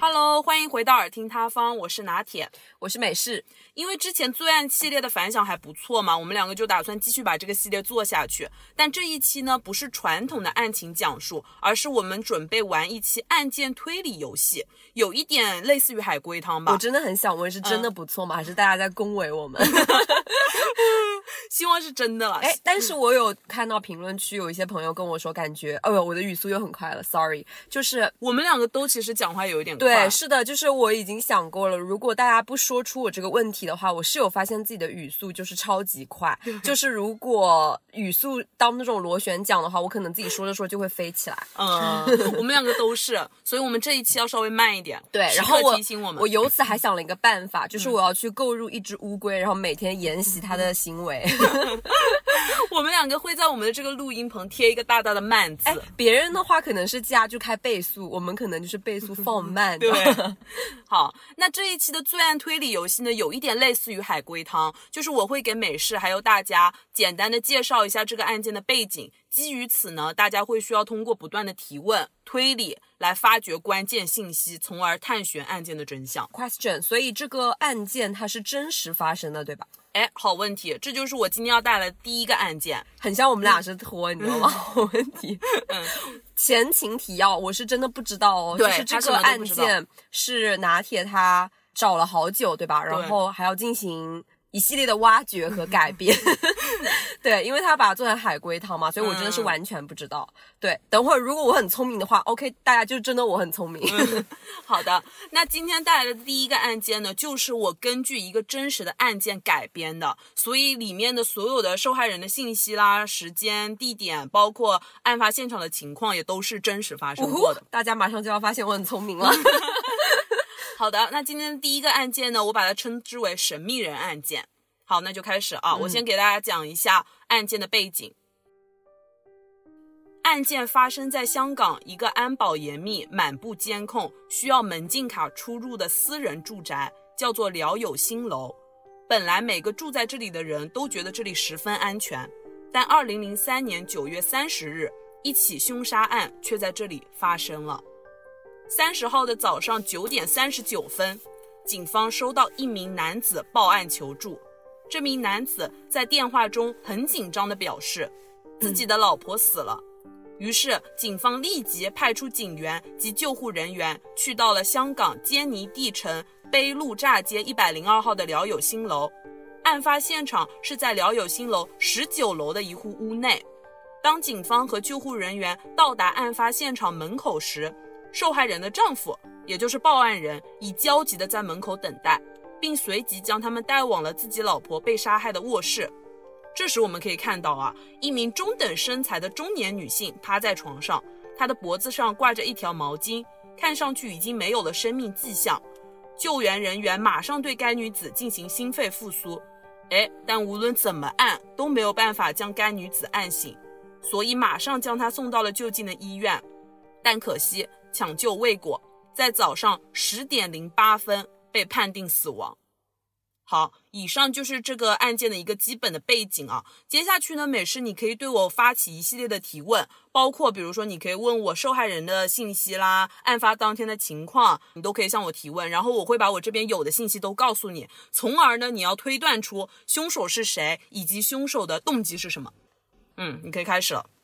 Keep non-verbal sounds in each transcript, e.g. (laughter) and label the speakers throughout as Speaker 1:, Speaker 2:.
Speaker 1: Hello，欢迎回到耳听他方，我是拿铁。
Speaker 2: 我是美式，
Speaker 1: 因为之前罪案系列的反响还不错嘛，我们两个就打算继续把这个系列做下去。但这一期呢，不是传统的案情讲述，而是我们准备玩一期案件推理游戏，有一点类似于海龟汤吧
Speaker 2: 我。真的很想问，是真
Speaker 1: 嗯
Speaker 2: 的不错吗？还是大家在恭维
Speaker 1: (laughs)
Speaker 2: 我们？
Speaker 1: 希望是真的了。
Speaker 2: 哎，但是我有看到评论区有一些朋友跟我说，感觉，哦呦，我的语速又很快了，sorry，就是。
Speaker 1: 我们两个都其实讲话有一点快，
Speaker 2: 对，是的，就是我已经想过了。如果大家不说出我这个问题的话，我是有发现自己的语速就是超级快，就是如果语速当那种螺旋桨的话，我可能自己说着说就会飞起来。
Speaker 1: 嗯， (laughs) 我们两个都是，所以我们这一期要稍微慢一点。
Speaker 2: 对，
Speaker 1: 时
Speaker 2: 然后
Speaker 1: 刻
Speaker 2: 我
Speaker 1: 提醒我们，嗯
Speaker 2: 由此还想了一个办法，就是我要去购入一只乌龟，然后每天研习它的行为。
Speaker 1: 我们两个会在我们的这个录音棚贴一个大大的慢字。
Speaker 2: 哎，别人的话可能是加就开倍速，我们可能就是倍速放
Speaker 1: (laughs)
Speaker 2: 慢。
Speaker 1: 对，好，那这一期的罪案推理游戏呢，有一点类似于海龟汤，就是我会给美式还有大家简单的介绍一下这个案件的背景，基于此呢，大家会需要通过不断的提问、推理来发掘关键信息，从而探寻案件的真相。
Speaker 2: question，所以这个案件它是真实发生的，对吧？
Speaker 1: 哎，好问题，这就是我今天要带来的第一个案件。
Speaker 2: 很像我们俩是托，你知道吗？
Speaker 1: 嗯
Speaker 2: (laughs) 好问题。前情提要，我是真的不知道哦，
Speaker 1: 对
Speaker 2: 就是这
Speaker 1: 他什
Speaker 2: 个
Speaker 1: 么都
Speaker 2: 案
Speaker 1: 不知道
Speaker 2: 件是拿铁他找了好久，对吧？然后还要进行一系列的挖掘和改变。
Speaker 1: (laughs)
Speaker 2: 对，因为他把它做成海龟汤嘛，所以我真的是
Speaker 1: 嗯
Speaker 2: 完全不知道。对，等会儿如果我很聪明的话，OK，大家就真的我很聪明。
Speaker 1: 嗯好的，那今天带来的第一个案件呢，就是我根据一个真实的案件改编的，所以里面的所有的受害人的信息啦、时间、地点，包括案发现场的情况，也都是真实发生过的。
Speaker 2: 哦大家马上就要发现我很聪明了。
Speaker 1: 好的，那今天的第一个案件呢，我把它称之为神秘人案件。好，那就开始啊，我先给大家讲一下案件的背景。案件发生在香港一个安保严密、满布监控、需要门禁卡出入的私人住宅，叫做辽友新楼。本来每个住在这里的人都觉得这里十分安全，但2003年9月30日，一起凶杀案却在这里发生了。三十号的早上九点三十九分，警方收到一名男子报案求助。这名男子在电话中很紧张地表示，自己的老婆死了。于是，警方立即派出警员及救护人员去到了香港坚尼地城卑路乍街一百零二号的辽友新楼。案发现场是在辽友新楼十九楼的一户屋内。当警方和救护人员到达案发现场门口时，受害人的丈夫，也就是报案人，已焦急地在门口等待，并随即将他们带往了自己老婆被杀害的卧室。这时我们可以看到啊，一名中等身材的中年女性趴在床上，她的脖子上挂着一条毛巾，看上去已经没有了生命迹象。救援人员马上对该女子进行心肺复苏，哎，但无论怎么按都没有办法将该女子按醒，所以马上将她送到了就近的医院。但可惜抢救未果，在早上十点零八分被判定死亡。好，以上就是这个案件的一个基本的背景啊。接下去呢，美式你可以对我发起一系列的提问，包括比如说你可以问我受害人的信息啦，案发当天的情况，你都可以向我提问，然后我会把我这边有的信息都告诉你，从而呢你要推断出凶手是谁以及凶手的动机是什么。嗯，你可以开始了。
Speaker 2: (laughs)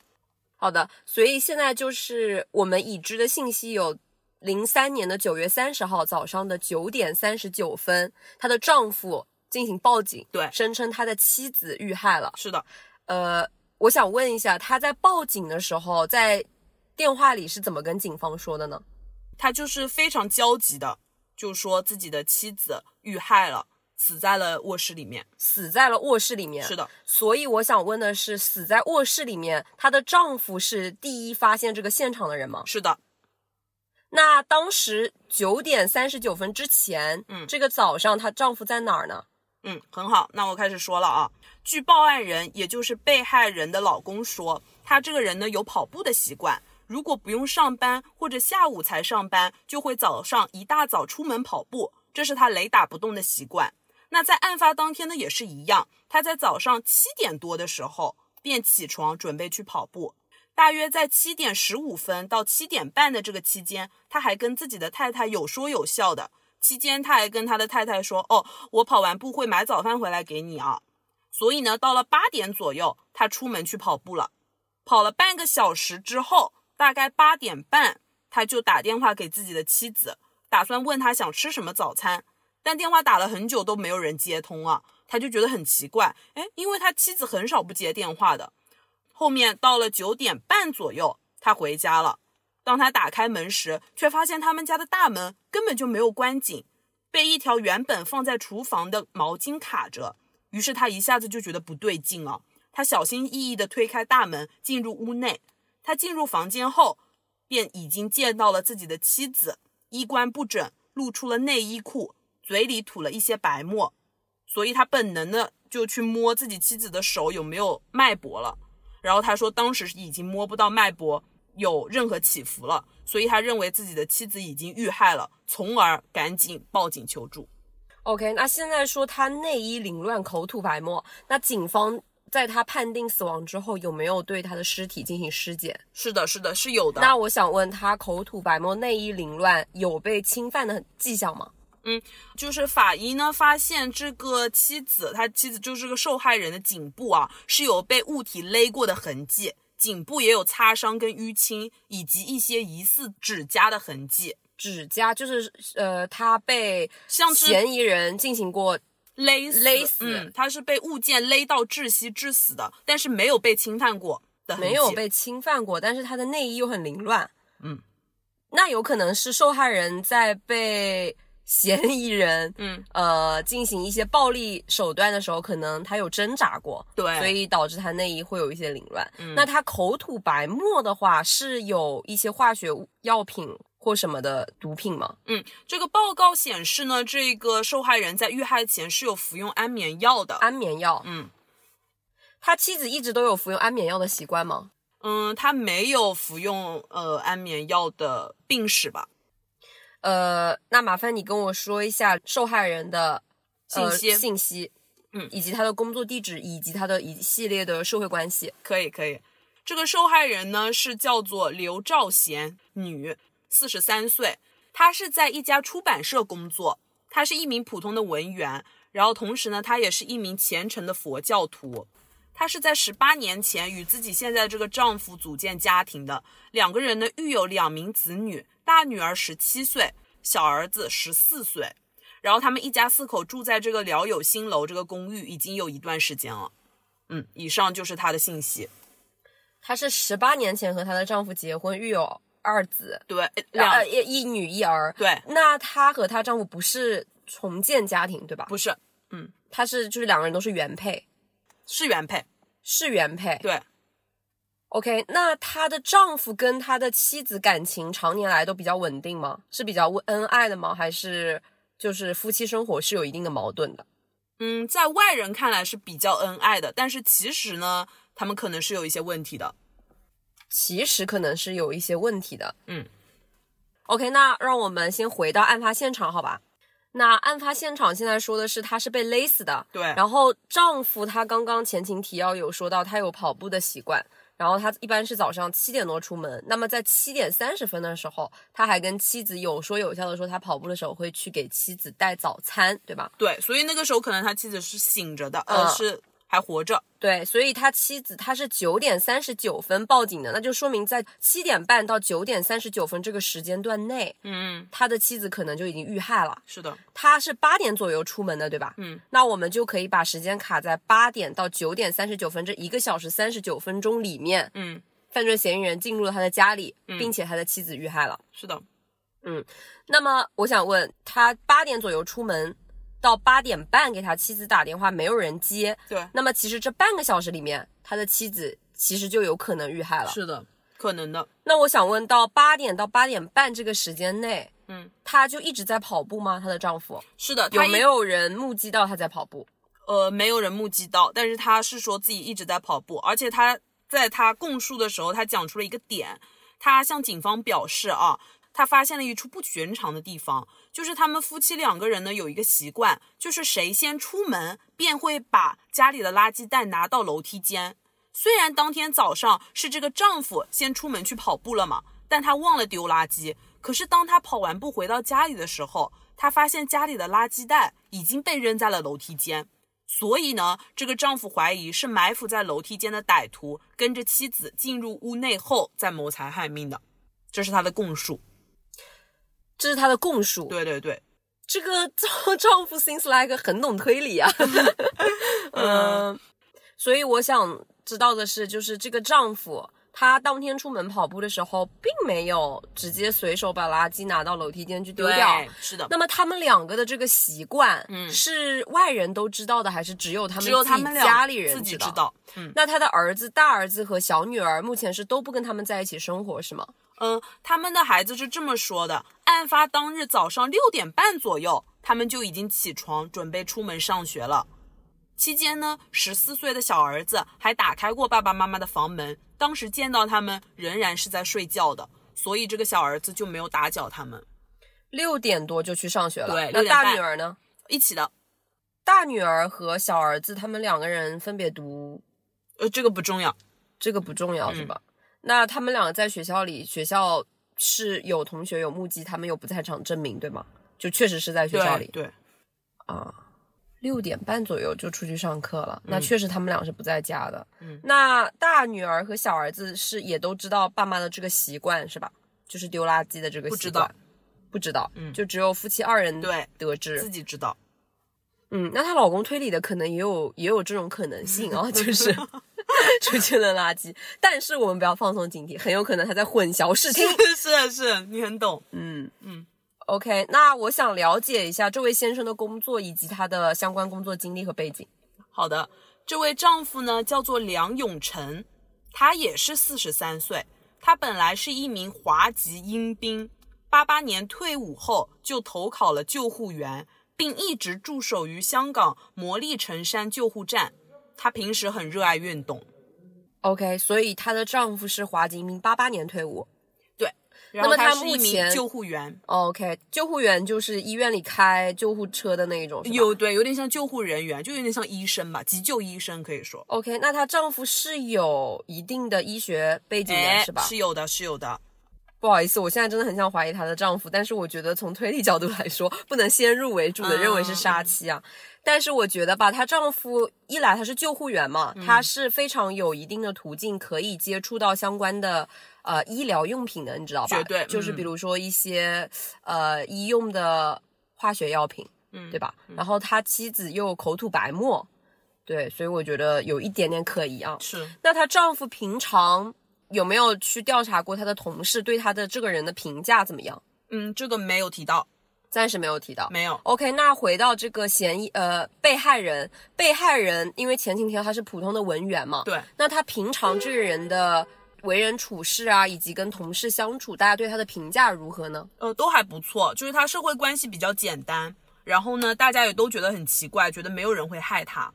Speaker 2: 好的，所以现在就是我们已知的信息有。零三年的九月三十号早上的九点三十九分，她的丈夫进行报警，
Speaker 1: 对
Speaker 2: 声称他的妻子遇害了。
Speaker 1: 是的，
Speaker 2: 呃，我想问一下，他在报警的时候，在电话里是怎么跟警方说的呢？
Speaker 1: 他就是非常焦急的，就说自己的妻子遇害了，死在了卧室里面。
Speaker 2: 死在了卧室里面。
Speaker 1: 是的，
Speaker 2: 所以我想问的是，死在卧室里面，她的丈夫是第一发现这个现场的人吗？
Speaker 1: 是的，
Speaker 2: 那当时九点三十九分之前，
Speaker 1: 嗯
Speaker 2: 这个早上她丈夫在哪儿呢？
Speaker 1: 嗯，很好。那我开始说了啊。据报案人，也就是被害人的老公说，他这个人呢有跑步的习惯，如果不用上班或者下午才上班，就会早上一大早出门跑步，这是他雷打不动的习惯。那在案发当天呢也是一样，他在早上七点多的时候便起床准备去跑步，大约在七点十五分到七点半的这个期间，他还跟自己的太太有说有笑的。期间，他还跟他的太太说：“哦，我跑完步会买早饭回来给你啊。”所以呢，到了八点左右，他出门去跑步了。跑了半个小时之后，大概八点半，他就打电话给自己的妻子，打算问他想吃什么早餐。但电话打了很久都没有人接通啊，他就觉得很奇怪，哎，因为他妻子很少不接电话的。后面到了九点半左右，他回家了。当他打开门时，却发现他们家的大门根本就没有关紧，被一条原本放在厨房的毛巾卡着。于是他一下子就觉得不对劲啊！他小心翼翼地推开大门，进入屋内。他进入房间后，便已经见到了自己的妻子，衣冠不整，露出了内衣裤，嘴里吐了一些白沫。所以他本能的就去摸自己妻子的手有没有脉搏了。然后他说，当时已经摸不到脉搏有任何起伏了，所以他认为自己的妻子已经遇害了，从而赶紧报警求助。
Speaker 2: OK，那现在说他内衣凌乱、口吐白沫，那警方在他判定死亡之后，有没有对他的尸体进行尸检？
Speaker 1: 是的，是的，是有的。
Speaker 2: 那我想问他，口吐白沫、内衣凌乱，有被侵犯的迹象吗？
Speaker 1: 就是法医呢发现这个妻子，他妻子就是个受害人的颈部啊是有被物体勒过的痕迹，颈部也有擦伤跟淤青，以及一些疑似指甲的痕迹，
Speaker 2: 指甲就是呃，他被
Speaker 1: 像是
Speaker 2: 嫌疑人进行过
Speaker 1: 勒死
Speaker 2: 勒死
Speaker 1: 嗯，他是被物件勒到窒息致死的，但是没有被侵犯过的痕迹，
Speaker 2: 没有被侵犯过，但是他的内衣又很凌乱。
Speaker 1: 嗯，
Speaker 2: 那有可能是受害人在被嫌疑人
Speaker 1: 嗯
Speaker 2: 呃进行一些暴力手段的时候，可能他有挣扎过，
Speaker 1: 对，
Speaker 2: 所以导致他内衣会有一些凌乱。
Speaker 1: 嗯
Speaker 2: 那他口吐白沫的话，是有一些化学物药品或什么的毒品吗？
Speaker 1: 嗯，这个报告显示呢，这个受害人在遇害前是有服用安眠药的，
Speaker 2: 安眠药？
Speaker 1: 嗯
Speaker 2: 他妻子一直都有服用安眠药的习惯吗？
Speaker 1: 嗯，他没有服用呃安眠药的病史吧？
Speaker 2: 呃，那麻烦你跟我说一下受害人的
Speaker 1: 信息
Speaker 2: 呃、信息，
Speaker 1: 嗯
Speaker 2: 以及他的工作地址，以及他的一系列的社会关系。
Speaker 1: 可以可以。这个受害人呢是叫做刘兆贤，女，四十三岁，她是在一家出版社工作，她是一名普通的文员，然后同时呢，她也是一名虔诚的佛教徒。她是在十八年前与自己现在这个丈夫组建家庭的，两个人呢育有两名子女，大女儿十七岁，小儿子十四岁。然后他们一家四口住在这个辽友新楼这个公寓已经有一段时间了。嗯，以上就是她的信息。
Speaker 2: 她是十八年前和她的丈夫结婚，育有二子，
Speaker 1: 对，两
Speaker 2: 呃，一一女一儿。
Speaker 1: 对，
Speaker 2: 那她和她丈夫不是重建家庭，对吧？
Speaker 1: 不是
Speaker 2: 她是就是两个人都是原配，
Speaker 1: 是原配，
Speaker 2: 是原配。
Speaker 1: 对，
Speaker 2: OK，那她的丈夫跟她的妻子感情常年来都比较稳定吗？是比较恩爱的吗？还是就是夫妻生活是有一定的矛盾的？
Speaker 1: 嗯，在外人看来是比较恩爱的，但是其实呢，他们可能是有一些问题的。
Speaker 2: 其实可能是有一些问题的。
Speaker 1: 嗯
Speaker 2: ，OK，那让我们先回到案发现场，好吧？那案发现场现在说的是她是被勒死的，
Speaker 1: 对，
Speaker 2: 然后丈夫他刚刚前情提要有说到他有跑步的习惯，然后他一般是早上七点多出门，那么在七点三十分的时候，他还跟妻子有说有笑的说他跑步的时候会去给妻子带早餐，对吧？
Speaker 1: 对，所以那个时候可能他妻子是醒着的，呃，
Speaker 2: 嗯
Speaker 1: 是还活着。
Speaker 2: 对，所以他妻子他是九点三十九分报警的，那就说明在七点半到九点三十九分这个时间段内，
Speaker 1: 嗯，
Speaker 2: 他的妻子可能就已经遇害了。
Speaker 1: 是的，
Speaker 2: 他是八点左右出门的，对吧？
Speaker 1: 嗯，
Speaker 2: 那我们就可以把时间卡在八点到九点三十九分这一个小时三十九分钟里面，
Speaker 1: 嗯，
Speaker 2: 犯罪嫌疑人进入了他的家里，并且他的妻子遇害了。
Speaker 1: 是的，
Speaker 2: 那么我想问他，八点左右出门，到八点半给他妻子打电话，没有人接。
Speaker 1: 对，
Speaker 2: 那么其实这半个小时里面，他的妻子其实就有可能遇害了。
Speaker 1: 是的，可能的。
Speaker 2: 那我想问到八点到八点半这个时间内，
Speaker 1: 嗯，
Speaker 2: 他就一直在跑步吗？她的丈夫
Speaker 1: 是的，他
Speaker 2: 有
Speaker 1: 一
Speaker 2: 没？有人目击到他在跑步？
Speaker 1: 呃，没有人目击到，但是他是说自己一直在跑步，而且他在他供述的时候，他讲出了一个点，他向警方表示啊，他发现了一处不寻常的地方，就是他们夫妻两个人呢有一个习惯，就是谁先出门便会把家里的垃圾袋拿到楼梯间，虽然当天早上是这个丈夫先出门去跑步了嘛，但他忘了丢垃圾。可是当他跑完步回到家里的时候，他发现家里的垃圾袋已经被扔在了楼梯间。所以呢，这个丈夫怀疑是埋伏在楼梯间的歹徒跟着妻子进入屋内后再谋财害命的，这是他的供述。
Speaker 2: 这是他的供述。
Speaker 1: 对对对，
Speaker 2: 这个丈丈夫 (laughs) seems like 很懂推
Speaker 1: (laughs)
Speaker 2: 理啊。嗯，所以我想知道的是，就是这个丈夫他当天出门跑步的时候，并没有直接随手把垃圾拿到楼梯间去丢掉。
Speaker 1: 对是的。
Speaker 2: 那么他们两个的这个习惯，
Speaker 1: 嗯
Speaker 2: 是外人都知道的，还是只有他们
Speaker 1: 只有他
Speaker 2: 自己
Speaker 1: 们俩
Speaker 2: 家里人
Speaker 1: 自己
Speaker 2: 道？
Speaker 1: 知道。嗯
Speaker 2: 那他的儿子、大儿子和小女儿目前是都不跟他们在一起生活，是吗？
Speaker 1: 嗯，他们的孩子是这么说的：案发当日早上六点半左右，他们就已经起床准备出门上学了。期间呢，十四岁的小儿子还打开过爸爸妈妈的房门，当时见到他们仍然是在睡觉的，所以这个小儿子就没有打搅他们。
Speaker 2: 六点多就去上学了。
Speaker 1: 对
Speaker 2: 那
Speaker 1: 6点半
Speaker 2: 大女儿呢？
Speaker 1: 一起的，
Speaker 2: 大女儿和小儿子他们两个人分别读，
Speaker 1: 呃，这个不重要。
Speaker 2: 这个不重要
Speaker 1: 嗯
Speaker 2: 是吧？那他们两个在学校里，学校是有同学有目击，他们又不在场证明，对吗？就确实是在学校
Speaker 1: 对
Speaker 2: 里
Speaker 1: 对，
Speaker 2: 啊，六点半左右就出去上课了。那确实他们俩是不在家的。
Speaker 1: 嗯
Speaker 2: 那大女儿和小儿子是也都知道爸妈的这个习惯是吧？就是丢垃圾的这个
Speaker 1: 不
Speaker 2: 习
Speaker 1: 知
Speaker 2: 惯，
Speaker 1: 道
Speaker 2: 不知道，
Speaker 1: 嗯
Speaker 2: 就只有夫妻二人
Speaker 1: 对
Speaker 2: 得知
Speaker 1: 自己知道。 (laughs)
Speaker 2: 嗯，那她老公推理的可能也有也有这种可能性
Speaker 1: (laughs)
Speaker 2: 啊，就是出现了垃圾。但是我们不要放松警惕，很有可能他在混淆视听。
Speaker 1: 是是，你很懂。
Speaker 2: 嗯
Speaker 1: 嗯
Speaker 2: ，OK，那我想了解一下这位先生的工作以及他的相关工作经历和背景。
Speaker 1: 好的，这位丈夫呢叫做梁永成，他也是四十三岁，他本来是一名华籍英兵，八八年退伍后就投考了救护员，并一直驻守于香港摩利城山救护站。他平时很热爱运动，
Speaker 2: OK，所以她的丈夫是华籍民，八八年退伍。
Speaker 1: 然后
Speaker 2: 那么他
Speaker 1: 是一
Speaker 2: 目
Speaker 1: 名
Speaker 2: 前
Speaker 1: 救护员，
Speaker 2: OK，救护员就是医院里开救护车的那一种，是吧
Speaker 1: 有对，有点像救护人员，就有点像医生吧，急救医生可以说。
Speaker 2: OK，那她丈夫是有一定的医学背景
Speaker 1: 哎
Speaker 2: 的，是吧？
Speaker 1: 是有的，是有的。
Speaker 2: 不好意思，我现在真的很想怀疑她的丈夫，但是我觉得从推理角度来说，不能先入为主的
Speaker 1: 嗯
Speaker 2: 认为是杀妻啊。但是我觉得吧，她丈夫一来他是救护员嘛，
Speaker 1: 嗯
Speaker 2: 他是非常有一定的途径可以接触到相关的呃医疗用品的，你知道吧？
Speaker 1: 绝对
Speaker 2: 就是
Speaker 1: 嗯
Speaker 2: 比如说一些、呃医用的化学药品，
Speaker 1: 嗯
Speaker 2: 对吧？然后他妻子又口吐白沫，对，所以我觉得有一点点可疑啊。
Speaker 1: 是，
Speaker 2: 那她丈夫平常有没有去调查过她的同事对她的这个人的评价怎么样？
Speaker 1: 嗯，这个没有提到，
Speaker 2: 暂时没有提到。
Speaker 1: 没有。
Speaker 2: OK，那回到这个嫌疑呃被害人，被害人因为前几天他是普通的文员嘛，
Speaker 1: 对，
Speaker 2: 那他平常这个人的为人处事啊，以及跟同事相处，大家对他的评价如何呢？
Speaker 1: 呃，都还不错，就是他社会关系比较简单，然后呢，大家也都觉得很奇怪，觉得没有人会害他，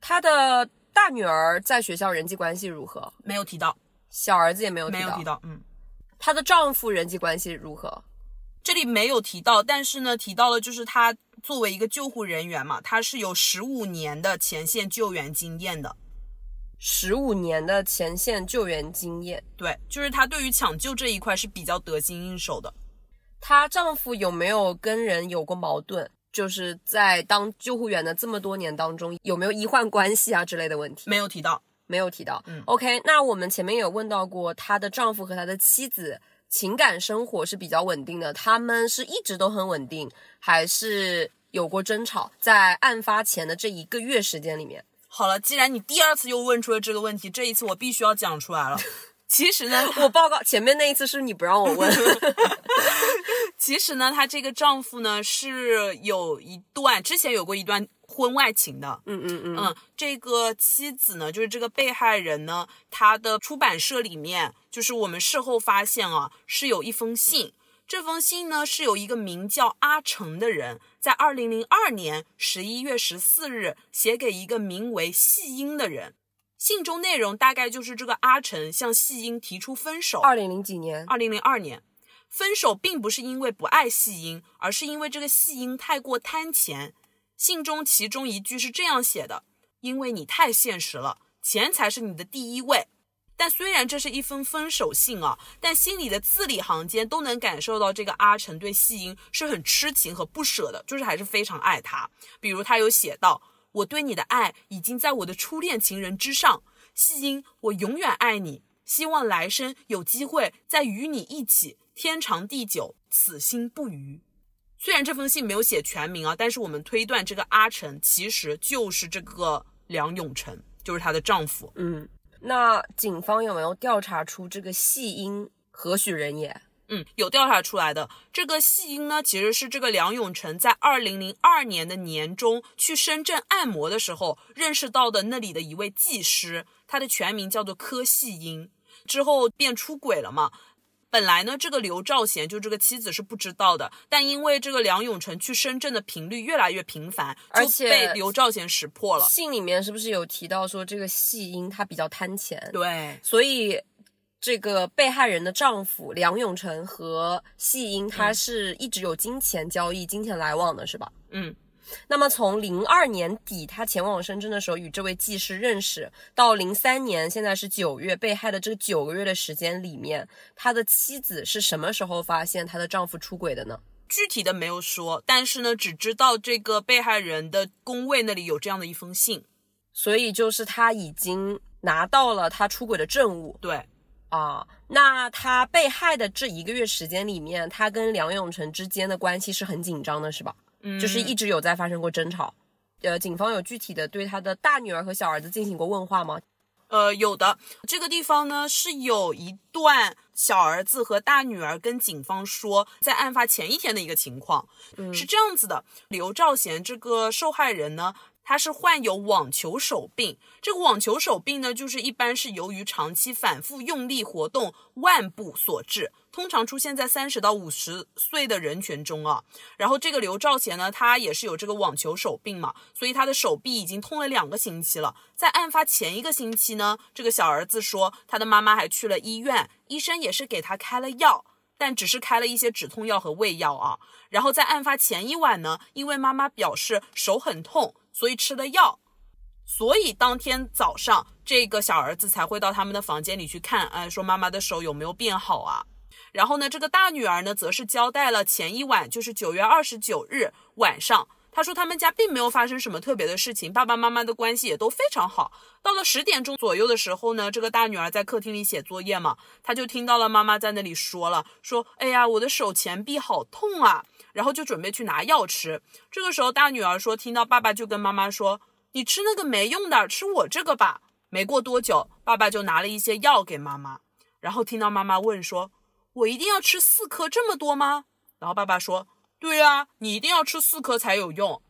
Speaker 2: 他的大女儿在学校人际关系如何？
Speaker 1: 没有提到，
Speaker 2: 小儿子也没有提
Speaker 1: 没
Speaker 2: 到。
Speaker 1: 有提到，嗯，
Speaker 2: 她的丈夫人际关系如何？
Speaker 1: 这里没有提到，但是呢，提到了就是他作为一个救护人员嘛，他是有十五年的前线救援经验的，
Speaker 2: 十五年的前线救援经验。
Speaker 1: 对，就是他对于抢救这一块是比较得心应手的，
Speaker 2: 她丈夫有没有跟人有过矛盾？就是在当救护员的这么多年当中，有没有医患关系啊之类的问题？
Speaker 1: 没有提到，
Speaker 2: 没有提到。
Speaker 1: 嗯
Speaker 2: OK，那我们前面有问到过，她的丈夫和她的妻子情感生活是比较稳定的，他们是一直都很稳定，还是有过争吵？在案发前的这一个月时间里面，
Speaker 1: 好了，既然你第二次又问出了这个问题，这一次我必须要讲出来了。其实呢，
Speaker 2: 我报告前面那一次是你不让我问，
Speaker 1: 其实呢，她这个丈夫呢是有一段之前有过一段婚外情的。
Speaker 2: 嗯嗯嗯，
Speaker 1: 嗯，这个妻子呢，就是这个被害人呢，她的出版社里面，就是我们事后发现啊，是有一封信。这封信呢，是有一个名叫阿成的人，在二零零二年十一月十四日写给一个名为细英的人。信中内容大概就是这个阿成向细英提出分手。
Speaker 2: (laughs) 二零零几年，
Speaker 1: 二零零二年，分手并不是因为不爱细英，而是因为这个细英太过贪钱。信中其中一句是这样写的：“因为你太现实了，钱才是你的第一位。但虽然这是一封分手信啊，但心里的字里行间都能感受到这个阿成对细英是很痴情和不舍的，就是还是非常爱她。比如他有写到：“我对你的爱已经在我的初恋情人之上，细英，我永远爱你，希望来生有机会再与你一起，天长地久，此心不渝。”虽然这封信没有写全名啊，但是我们推断这个阿成其实就是这个梁永成，就是她的丈夫。
Speaker 2: 嗯，那警方有没有调查出这个细英何许人也？
Speaker 1: 嗯，有调查出来的。这个细英呢，其实是这个梁永成在二零零二年的年中去深圳按摩的时候认识到的那里的一位技师，他的全名叫做柯细英，之后便出轨了嘛。本来呢，这个刘兆贤就这个妻子是不知道的，但因为这个梁永成去深圳的频率越来越频繁，
Speaker 2: 而
Speaker 1: 就
Speaker 2: 且
Speaker 1: 被刘兆贤识破了。
Speaker 2: 信里面是不是有提到说这个细英她比较贪钱？
Speaker 1: 对，
Speaker 2: 所以这个被害人的丈夫梁永成和细英，他是一直有金钱交易、金钱来往的，是吧？
Speaker 1: 嗯，
Speaker 2: 那么从零二年底他前往深圳的时候与这位技师认识，到零三年现在是九月，被害的这九个月的时间里面，他的妻子是什么时候发现她的丈夫出轨的呢？
Speaker 1: 具体的没有说，但是呢，只知道这个被害人的工位那里有这样的一封信。
Speaker 2: 所以就是她已经拿到了她出轨的证物，
Speaker 1: 对，
Speaker 2: 啊，那她被害的这一个月时间里面，她跟梁永成之间的关系是很紧张的，是吧？
Speaker 1: 嗯
Speaker 2: 就是一直有在发生过争吵。呃，警方有具体的对她的大女儿和小儿子进行过问话吗？
Speaker 1: 呃，有的这个地方呢是有一段小儿子和大女儿跟警方说，在案发前一天的一个情况、是这样子的：刘兆贤这个受害人呢，他是患有网球手病。这个网球手病呢，就是一般是由于长期反复用力活动腕部所致，通常出现在三十到五十岁的人群中啊。然后这个刘兆贤呢，他也是有这个网球手病嘛，所以他的手臂已经痛了两个星期了。在案发前一个星期呢，这个小儿子说他的妈妈还去了医院，医生也是给他开了药。但只是开了一些止痛药和胃药啊，然后在案发前一晚呢，因为妈妈表示手很痛，所以吃了药，所以当天早上这个小儿子才会到他们的房间里去看，哎，说妈妈的手有没有变好啊？然后呢，这个大女儿呢，则是交代了前一晚，就是九月二十九日晚上，她说他们家并没有发生什么特别的事情，爸爸妈妈的关系也都非常好。到了十点钟左右的时候呢，这个大女儿在客厅里写作业嘛，她就听到了妈妈在那里说了，说：“哎呀，我的手前臂好痛啊！”然后就准备去拿药吃。这个时候，大女儿说，听到爸爸就跟妈妈说：“你吃那个没用的，吃我这个吧。”没过多久，爸爸就拿了一些药给妈妈，然后听到妈妈问说：“我一定要吃四颗这么多吗？然后爸爸说：“对呀、你一定要吃四颗才有用。”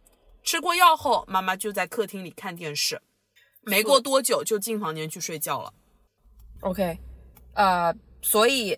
Speaker 1: 吃过药后，妈妈就在客厅里看电视，没过多久就进房间去睡觉了。
Speaker 2: OK，呃，所以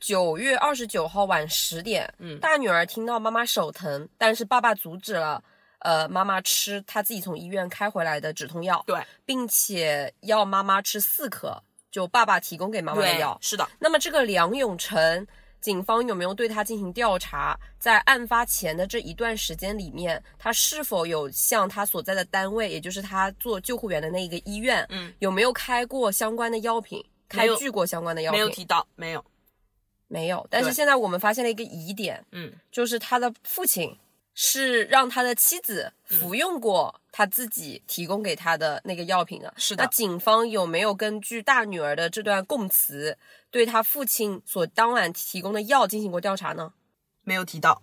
Speaker 2: 九月二十九号晚十点，
Speaker 1: 嗯
Speaker 2: 大女儿听到妈妈手疼，但是爸爸阻止了，呃，妈妈吃她自己从医院开回来的止痛药，
Speaker 1: 对，
Speaker 2: 并且要妈妈吃四颗，就爸爸提供给妈妈的
Speaker 1: 对
Speaker 2: 药，。
Speaker 1: 是的，
Speaker 2: 那么这个梁永成，警方有没有对他进行调查？在案发前的这一段时间里面，他是否有向他所在的单位，也就是他做救护员的那一个医院，
Speaker 1: 嗯，
Speaker 2: 有没有开过相关的药品，
Speaker 1: 没
Speaker 2: 开
Speaker 1: 有
Speaker 2: 具过相关的药
Speaker 1: 没
Speaker 2: 品？
Speaker 1: 有提到，没有，
Speaker 2: 没有但是
Speaker 1: 对
Speaker 2: 现在我们发现了一个疑点，
Speaker 1: 嗯，
Speaker 2: 就是他的父亲是让他的妻子
Speaker 1: 嗯
Speaker 2: 服用过他自己提供给他的那个药品的。
Speaker 1: 是的
Speaker 2: 那警方有没有根据大女儿的这段供词，对他父亲所当晚提供的药进行过调查呢？
Speaker 1: 没有提到。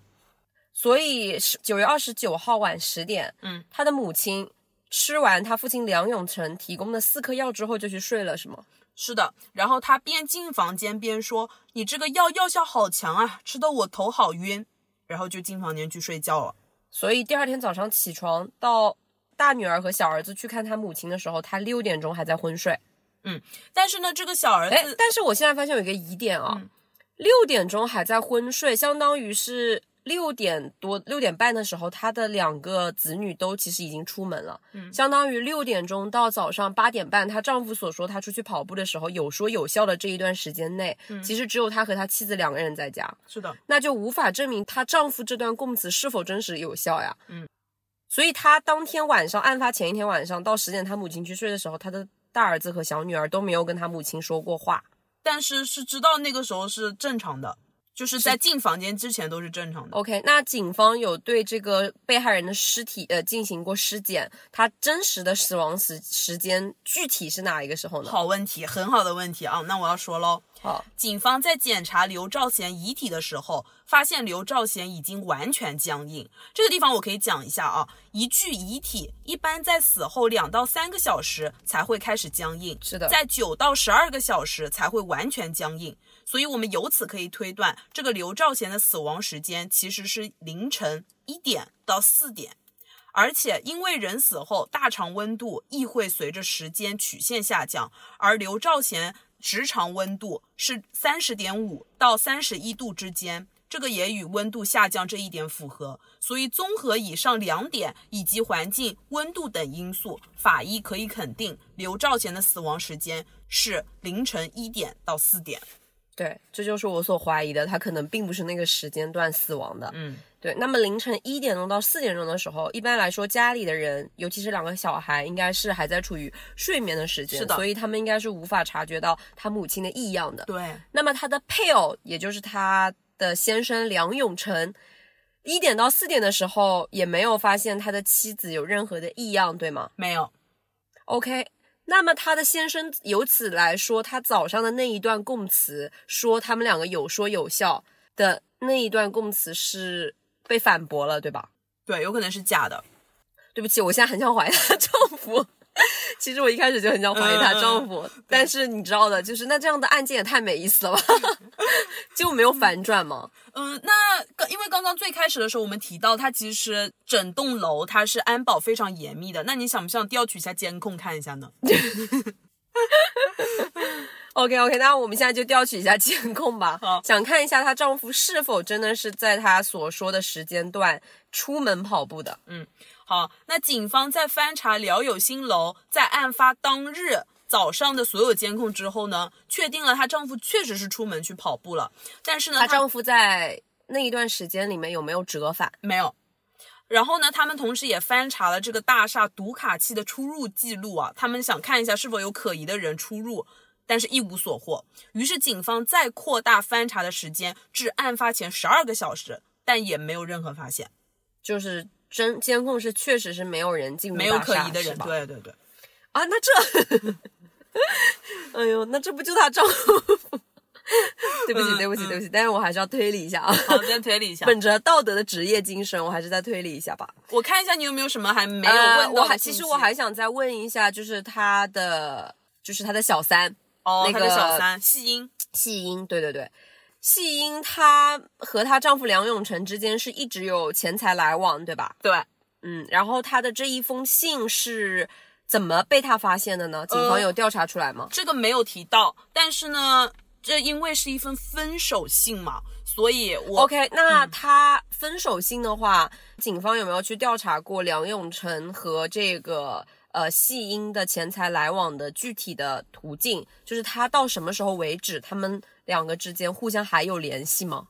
Speaker 2: 所以是九月二十九号晚十点，
Speaker 1: 嗯，
Speaker 2: 他的母亲吃完他父亲梁永成提供的四颗药之后就去睡了，是吗？
Speaker 1: 是的，然后他边进房间边说：“你这个药药效好强啊，吃的我头好晕。”然后就进房间去睡觉了。
Speaker 2: 所以第二天早上起床到大女儿和小儿子去看他母亲的时候，他六点钟还在昏睡。
Speaker 1: 但是嗯呢，这个小儿
Speaker 2: 哎
Speaker 1: 子，
Speaker 2: 但是我现在发现有一个疑点啊，六、点钟还在昏睡，相当于是六点多、六点半的时候，他的两个子女都其实已经出门了，
Speaker 1: 嗯
Speaker 2: 相当于六点钟到早上八点半，她丈夫所说她出去跑步的时候有说有笑的这一段时间内，
Speaker 1: 嗯
Speaker 2: 其实只有她和她妻子两个人在家，
Speaker 1: 是的，
Speaker 2: 那就无法证明她丈夫这段供词是否真实有效呀。
Speaker 1: 嗯，
Speaker 2: 所以她当天晚上案发前一天晚上到十点，她母亲去睡的时候，她的大儿子和小女儿都没有跟他母亲说过话。
Speaker 1: 但是是知道那个时候是正常的，就是在进房间之前都是正常的。
Speaker 2: OK，那警方有对这个被害人的尸体呃进行过尸检，他真实的死亡时时间具体是哪一个时候呢？
Speaker 1: 好问题，很好的问题啊！那我要说喽，
Speaker 2: 好，
Speaker 1: 警方在检查刘兆贤遗体的时候，发现刘兆贤已经完全僵硬。这个地方我可以讲一下啊，一具遗体一般在死后两到三个小时才会开始僵硬，
Speaker 2: 是的
Speaker 1: 在九到十二个小时才会完全僵硬。所以我们由此可以推断，这个刘兆贤的死亡时间其实是凌晨一点到四点。而且，因为人死后大肠温度亦会随着时间曲线下降，而刘兆贤直肠温度是三十点五到三十一度之间，这个也与温度下降这一点符合。所以，综合以上两点以及环境、温度等因素，法医可以肯定刘兆贤的死亡时间是凌晨一点到四点。
Speaker 2: 对，这就是我所怀疑的，他可能并不是那个时间段死亡的。
Speaker 1: 嗯，
Speaker 2: 对，那么凌晨一点钟到四点钟的时候，一般来说家里的人，尤其是两个小孩，应该是还在处于睡眠的时间，
Speaker 1: 是的
Speaker 2: 所以他们应该是无法察觉到他母亲的异样的。
Speaker 1: 对，
Speaker 2: 那么他的配偶，也就是他的先生梁永成，一点到四点的时候也没有发现他的妻子有任何的异样，对吗
Speaker 1: 没有，
Speaker 2: ？OK，那么他的先生由此来说，他早上的那一段供词，说他们两个有说有笑的那一段供词是被反驳了，对吧？
Speaker 1: 对，有可能是假的。
Speaker 2: 对不起，我现在很想怀疑她丈夫。 (laughs) 其实我一开始就很想怀疑她丈夫，但是你知道的，就是那这样的案件也太没意思了吧， (laughs) 就没有反转嘛。
Speaker 1: 嗯，那刚因为刚刚最开始的时候，我们提到它其实整栋楼它是安保非常严密的，那你想不想调取一下监控看一下呢？
Speaker 2: OK OK，那我们现在就调取一下监控吧
Speaker 1: 好，
Speaker 2: 想看一下她丈夫是否真的是在她所说的时间段出门跑步的。
Speaker 1: 好，那警方在翻查辽友新楼在案发当日早上的所有监控之后呢，确定了她丈夫确实是出门去跑步了，但是呢，
Speaker 2: 她
Speaker 1: 她
Speaker 2: 丈夫在那一段时间里面有没有折返？
Speaker 1: 没有。然后呢，他们同时也翻查了这个大厦读卡器的出入记录啊，他们想看一下是否有可疑的人出入，但是一无所获。于是警方再扩大翻查的时间至案发前十二个小时，但也没有任何发现，
Speaker 2: 就是真监控是确实是没有人进入
Speaker 1: 没有
Speaker 2: 大
Speaker 1: 可
Speaker 2: 厦
Speaker 1: 疑的人
Speaker 2: 是。吧
Speaker 1: 对对对，
Speaker 2: 啊，那这，哎呦，那这不就她丈夫？ (laughs) 对不起，
Speaker 1: 嗯
Speaker 2: 对不起，对不起，但是我还是要推理一下啊。
Speaker 1: 好，再推理一 (laughs) 下。
Speaker 2: 本着道德的职业精神，我还是再推理一下吧。
Speaker 1: 我看一下你有没有什么还没
Speaker 2: 没
Speaker 1: 有问到的信息、
Speaker 2: 呃我还其实我还想再问一下，就是他的，就是他的小三
Speaker 1: 哦，
Speaker 2: 那
Speaker 1: 他的小
Speaker 2: 个
Speaker 1: 三细英，
Speaker 2: 细英，对对对，细英她和她丈夫梁永成之间是一直有钱财来往，对吧？
Speaker 1: 对，
Speaker 2: 嗯，然后她的这一封信是怎么被他发现的呢？警方
Speaker 1: 呃
Speaker 2: 有调查出来吗？
Speaker 1: 这个没有提到，但是呢，这因为是一份分手信嘛，所以我
Speaker 2: OK，那他分手信的话，警方有没有去调查过梁永成和这个呃细英的钱财来往的具体的途径？就是他到什么时候为止，他们两个之间互相还有联系吗？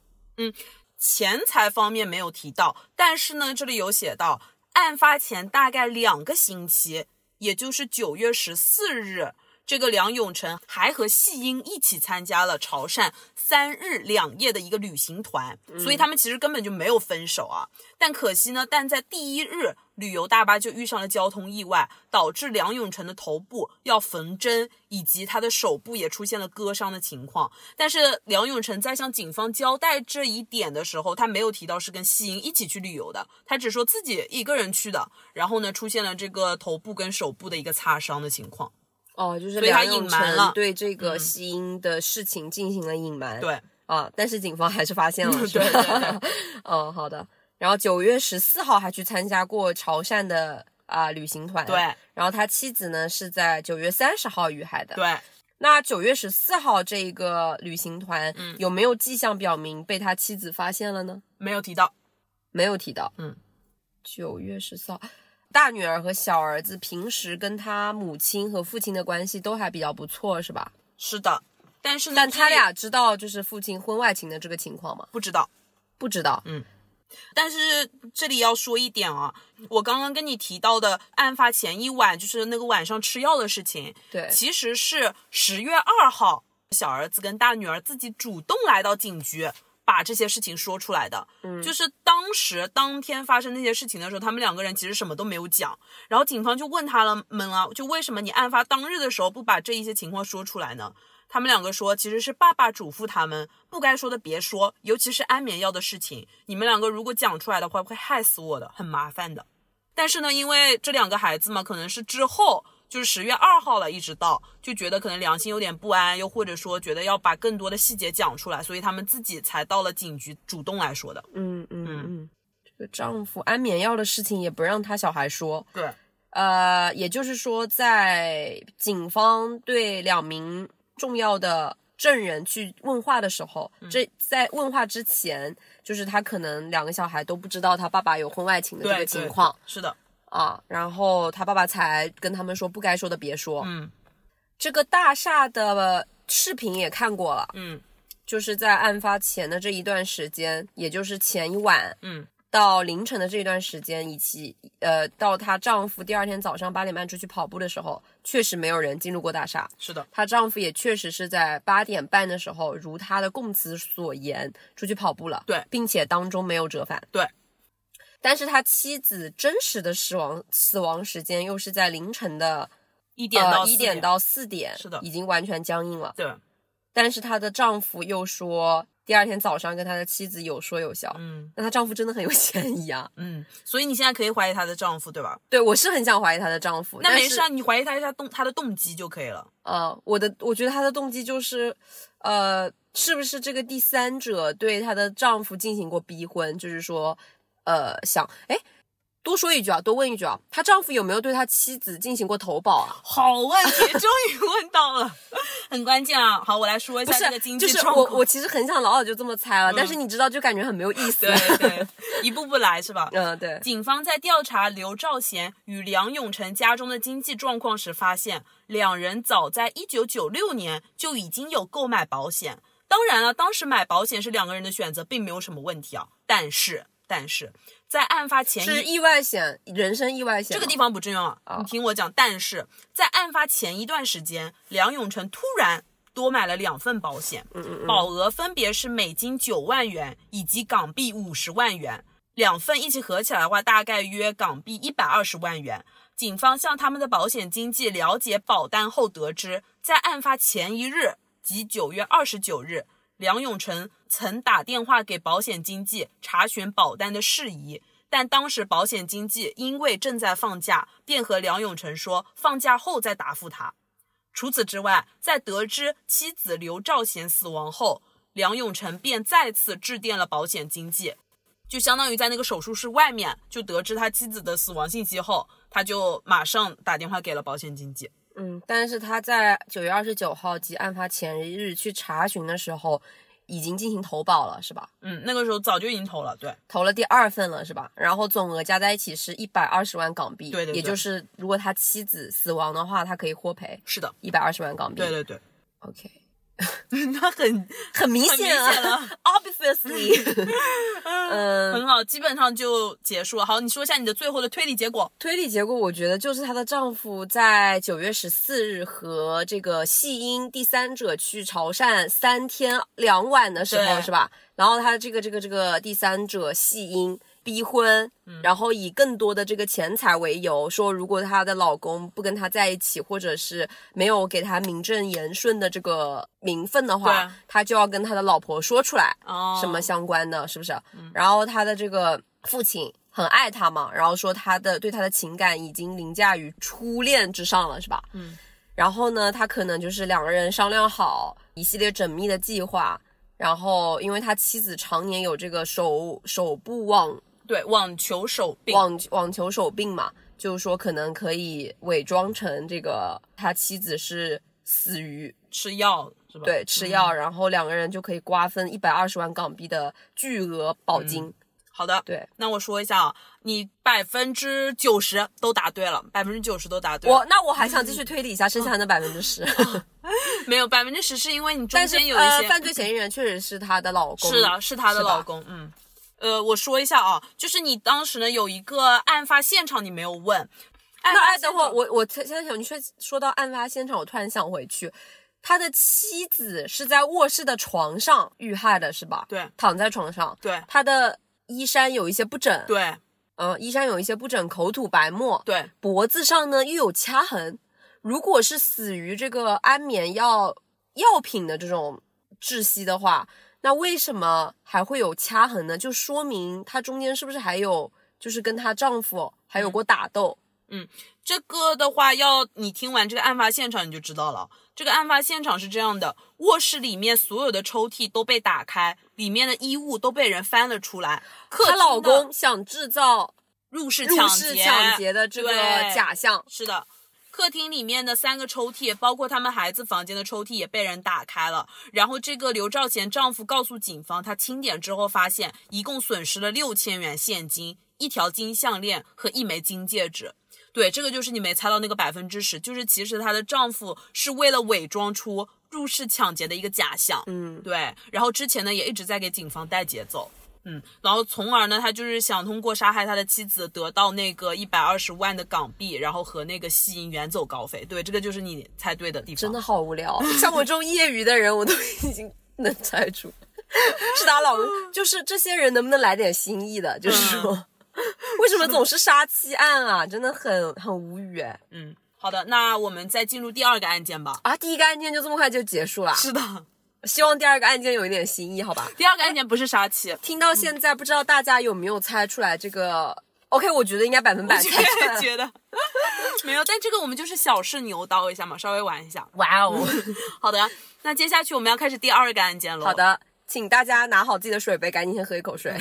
Speaker 1: 钱财方面没有提到，但是呢，这里有写到，案发前大概两个星期，也就是九月十四日，这个梁永成还和细英一起参加了潮汕三日两夜的一个旅行团，所以他们其实根本就没有分手啊。但可惜呢，但在第一日旅游大巴就遇上了交通意外，导致梁永成的头部要缝针，以及他的手部也出现了割伤的情况。但是梁永成在向警方交代这一点的时候，他没有提到是跟西英一起去旅游的，他只说自己一个人去的。然后呢，出现了这个头部跟手部的一个擦伤的情况。
Speaker 2: 哦，就是
Speaker 1: 所以他
Speaker 2: 梁永
Speaker 1: 隐瞒了
Speaker 2: 成对这个细英的事情进行了隐瞒。
Speaker 1: 对，
Speaker 2: 啊，但是警方还是发现 (laughs) 了，是吧？
Speaker 1: 对对
Speaker 2: 哦，好的。然后九月十四号还去参加过潮汕的啊、旅行团，
Speaker 1: 对
Speaker 2: 然后他妻子呢是在九月三十号遇害的。
Speaker 1: 对，
Speaker 2: 那九月十四号这一个旅行团、
Speaker 1: 嗯
Speaker 2: 有没有迹象表明被他妻子发现了呢？
Speaker 1: 没有提到。
Speaker 2: 没有提到。
Speaker 1: 嗯，
Speaker 2: 九月十四号，大女儿和小儿子平时跟他母亲和父亲的关系都还比较不错，是吧？
Speaker 1: 是的，但嗯是呢，
Speaker 2: 但
Speaker 1: 这
Speaker 2: 他
Speaker 1: 里
Speaker 2: 俩知道就是父亲婚外情的这个情况吗？
Speaker 1: 不知道。
Speaker 2: 不知道。
Speaker 1: 嗯。但是这里要说一点啊，我刚刚跟你提到的案发前一晚，就是那个晚上吃药的事情，
Speaker 2: 对
Speaker 1: 其实是十月二号，小儿子跟大女儿自己主动来到警局，把这些事情说出来的。嗯，就是当时当天发生那些事情的时候，他们两个人其实什么都没有讲。然后警方就问他了们啊，就为什么你案发当日的时候不把这一些情况说出来呢？他们两个说，其实是爸爸嘱咐他们，不该说的别说，尤其是安眠药的事情。你们两个如果讲出来的话，会害死我的，很麻烦的。但是呢，因为这两个孩子嘛，可能是之后就是十月二号了，一直到就觉得可能良心有点不安，又或者说觉得要把更多的细节讲出来，所以他们自己才到了警局主动来说的。
Speaker 2: 嗯嗯嗯，这个丈夫安眠药的事情也不让他小孩说，
Speaker 1: 对，
Speaker 2: 呃，也就是说，在警方对两名重要的证人去问话的时候，
Speaker 1: 嗯
Speaker 2: 这在问话之前，就是他可能两个小孩都不知道他爸爸有婚外情的这
Speaker 1: 对，
Speaker 2: 个情况
Speaker 1: 对是的，
Speaker 2: 啊，然后他爸爸才跟他们说不该说的别说。
Speaker 1: 嗯
Speaker 2: 这个大厦的视频也看过了，
Speaker 1: 嗯
Speaker 2: 就是在案发前的这一段时间，也就是前一晚，
Speaker 1: 嗯，
Speaker 2: 到凌晨的这一段时间，以及呃，到她丈夫第二天早上八点半出去跑步的时候，确实没有人进入过大厦。
Speaker 1: 是的，
Speaker 2: 她丈夫也确实是在八点半的时候，如她的供词所言，出去跑步了，
Speaker 1: 对
Speaker 2: 并且当中没有折返，
Speaker 1: 对。
Speaker 2: 但是他妻子真实的死亡死亡时间又是在凌晨的
Speaker 1: 一点到
Speaker 2: 呃、
Speaker 1: 四
Speaker 2: 一点到四点，
Speaker 1: 是的
Speaker 2: 已经完全僵硬了。
Speaker 1: 对，
Speaker 2: 但是她的丈夫又说，第二天早上跟他的妻子有说有笑。
Speaker 1: 嗯
Speaker 2: 那她丈夫真的很有 (laughs) 嫌疑啊！
Speaker 1: 嗯，所以你现在可以怀疑她的丈夫，对吧？
Speaker 2: 对我是很想怀疑她的丈夫，
Speaker 1: 那
Speaker 2: 但
Speaker 1: 没
Speaker 2: 是
Speaker 1: 事啊，你怀疑她一下动她的动机就可以了。
Speaker 2: 呃，我的我觉得她的动机就是，呃，是不是这个第三者对她的丈夫进行过逼婚？就是说，呃，想哎，多说一句啊，多问一句啊，她丈夫有没有对她妻子进行过投保啊？
Speaker 1: 好问题， (laughs) 终于问到了， (laughs) 很关键啊！好，我来说一
Speaker 2: 不
Speaker 1: 下
Speaker 2: 是
Speaker 1: 这个，经
Speaker 2: 就
Speaker 1: 济
Speaker 2: 是
Speaker 1: 状
Speaker 2: 我
Speaker 1: 况。嗯
Speaker 2: 我其实很想老早就这么猜了，但是你知道，就感觉很没有意思。
Speaker 1: (laughs) 对对，一步步来
Speaker 2: (laughs)
Speaker 1: 是吧？
Speaker 2: 嗯，对，
Speaker 1: 警方在调查刘兆贤与梁永成家中的经济状况时，发现两人早在1996年就已经有购买保险。当然了，当时买保险是两个人的选择，并没有什么问题啊。但是，但是在案发前
Speaker 2: 是
Speaker 1: 一
Speaker 2: 意外险，人身意外险
Speaker 1: 这
Speaker 2: 吗。哦
Speaker 1: 个地方不重要啊，你听我讲。但是在案发前一段时间，梁永成突然多买了两份保险，
Speaker 2: 嗯
Speaker 1: 保额分别是美金九万元以及港币五十万元，两份一起合起来的话，大概约港币一百二十万元。警方向他们的保险经纪了解保单后得知，在案发前一日，即九月二十九日，梁永成曾打电话给保险经纪查询保单的事宜，但当时保险经纪因为正在放假，便和梁永成说放假后再答复他。除此之外，在得知妻子刘兆贤死亡后，梁永成便再次致电了保险经纪，就相当于在那个手术室外面就得知他妻子的死亡信息后，他就马上打电话给了保险经纪。
Speaker 2: 嗯，但是他在九月二十九号及案发前一日去查询的时候，已经进行投保了，是吧？
Speaker 1: 嗯，那个时候早就已经投了，对
Speaker 2: 投了第二份了，是吧？然后总额加在一起是一百二十万港币，
Speaker 1: 对对对
Speaker 2: 也就是如果他妻子死亡的话，他可以获赔
Speaker 1: 是的，
Speaker 2: 一百二十万港币。
Speaker 1: 对对 (laughs) 对，
Speaker 2: ，OK，
Speaker 1: 那很
Speaker 2: 很明显啊
Speaker 1: 很明显了
Speaker 2: o b v i o u s
Speaker 1: (laughs)
Speaker 2: l y (laughs) 嗯，
Speaker 1: 很好，基本上就结束了。好，你说一下你的最后的推理结果。
Speaker 2: 推理结果，我觉得就是她的丈夫在九月十四日和这个细英第三者去潮汕三天两晚的时候，
Speaker 1: 对
Speaker 2: 是吧？然后她这个这个这个第三者细英逼婚，
Speaker 1: 嗯
Speaker 2: 然后以更多的这个钱财为由，说如果她的老公不跟她在一起，或者是没有给她名正言顺的这个名分的
Speaker 1: 对啊
Speaker 2: 话，她就要跟她的老婆说出来。
Speaker 1: 哦嗯
Speaker 2: 什么相关的，是不是？然后他的这个父亲很爱他嘛，然后说他的对他的情感已经凌驾于初恋之上了，是吧？
Speaker 1: 嗯。
Speaker 2: 然后呢，他可能就是两个人商量好一系列缜密的计划，然后因为他妻子常年有这个手手部网
Speaker 1: 对，网球手病。
Speaker 2: 网网球手病嘛，就是说可能可以伪装成这个他妻子是死于
Speaker 1: 吃药是吧？
Speaker 2: 对，吃
Speaker 1: 嗯
Speaker 2: 药，然后两个人就可以瓜分一百二十万港币的巨额
Speaker 1: 嗯
Speaker 2: 保金。
Speaker 1: 好的，
Speaker 2: 对
Speaker 1: 那我说一下啊，你百分之九十都答对了，百分之九十都答对了。嗯
Speaker 2: 我那我还想继续推理一下剩下的百分之十，
Speaker 1: 没有百分之十是因为你中
Speaker 2: 但是
Speaker 1: 间有一
Speaker 2: 呃
Speaker 1: 些，
Speaker 2: 犯罪嫌疑人确实是她的老公，
Speaker 1: 是的，是她的
Speaker 2: 是吧
Speaker 1: 老公，嗯，呃，我说一下啊，就是你当时呢有一个案发现场，你没有问。案
Speaker 2: 那
Speaker 1: 发
Speaker 2: 哎，
Speaker 1: 现
Speaker 2: 等会儿
Speaker 1: 场
Speaker 2: 我我现在想，你说说到案发现场，我突然想回去，他的妻子是在卧室的床上遇害的，是吧？
Speaker 1: 对
Speaker 2: 躺在床上，
Speaker 1: 对
Speaker 2: 他的衣衫有一些不整，，
Speaker 1: 对
Speaker 2: 嗯、衣衫有一些不整，口吐白沫，
Speaker 1: 对，
Speaker 2: 脖子上呢又有掐痕。如果是死于这个安眠药药品的这种窒息的话，那为什么还会有掐痕呢？就说明她中间是不是还有就是跟她丈夫
Speaker 1: 嗯
Speaker 2: 还有过打斗？
Speaker 1: 这个的话，要你听完这个案发现场你就知道了。这个案发现场是这样的：卧室里面所有的抽屉都被打开，里面的衣物都被人翻了出来。客
Speaker 2: 她
Speaker 1: 厅的
Speaker 2: 老公想制造
Speaker 1: 入室
Speaker 2: 入室抢劫的这个
Speaker 1: 对
Speaker 2: 假象，
Speaker 1: 是的，客厅里面的三个抽屉，包括他们孩子房间的抽屉也被人打开了。然后这个刘兆贤丈夫告诉警方，他清点之后发现，一共损失了六千元现金、一条金项链和一枚金戒指。对，这个就是你没猜到那个百分之十，就是其实她的丈夫是为了伪装出入室抢劫的一个假象。
Speaker 2: 嗯，
Speaker 1: 对，然后之前呢也一直在给警方带节奏，嗯，然后从而呢他就是想通过杀害他的妻子得到那个一百二十万的港币，然后和那个西银远走高飞。对，这个就是你猜对的地方。
Speaker 2: 真的，好无
Speaker 1: (laughs)
Speaker 2: 聊。像我这种业余的人，我都已经能猜出。 (laughs) 是
Speaker 1: (laughs)
Speaker 2: 她老公，就是这些人能不能来点新意的？就
Speaker 1: 嗯
Speaker 2: 是说， (laughs) 为什么总是杀妻案啊？真的很很无语哎。
Speaker 1: 嗯，好的，那我们再进入第二个案件吧。
Speaker 2: 啊，第一个案件就这么快就结束了，
Speaker 1: 是嗯的，
Speaker 2: 希望第二个案件有一点新意，好吧？
Speaker 1: (laughs) 第二个案件不是杀妻，
Speaker 2: 听到现在，不知道大家有没有猜出来这个？OK，我觉得应该百分
Speaker 1: 我
Speaker 2: 百猜
Speaker 1: 觉
Speaker 2: 出来
Speaker 1: 得 (laughs)
Speaker 2: 了。
Speaker 1: 觉得没有，但这个我们就是小试牛刀一下嘛，稍微玩一下。
Speaker 2: 哇哦！
Speaker 1: 好的，那接下去我们要开始第二个案件了。
Speaker 2: 好的，请大家拿好自己的水杯，赶紧先喝一口
Speaker 1: (laughs)
Speaker 2: 水。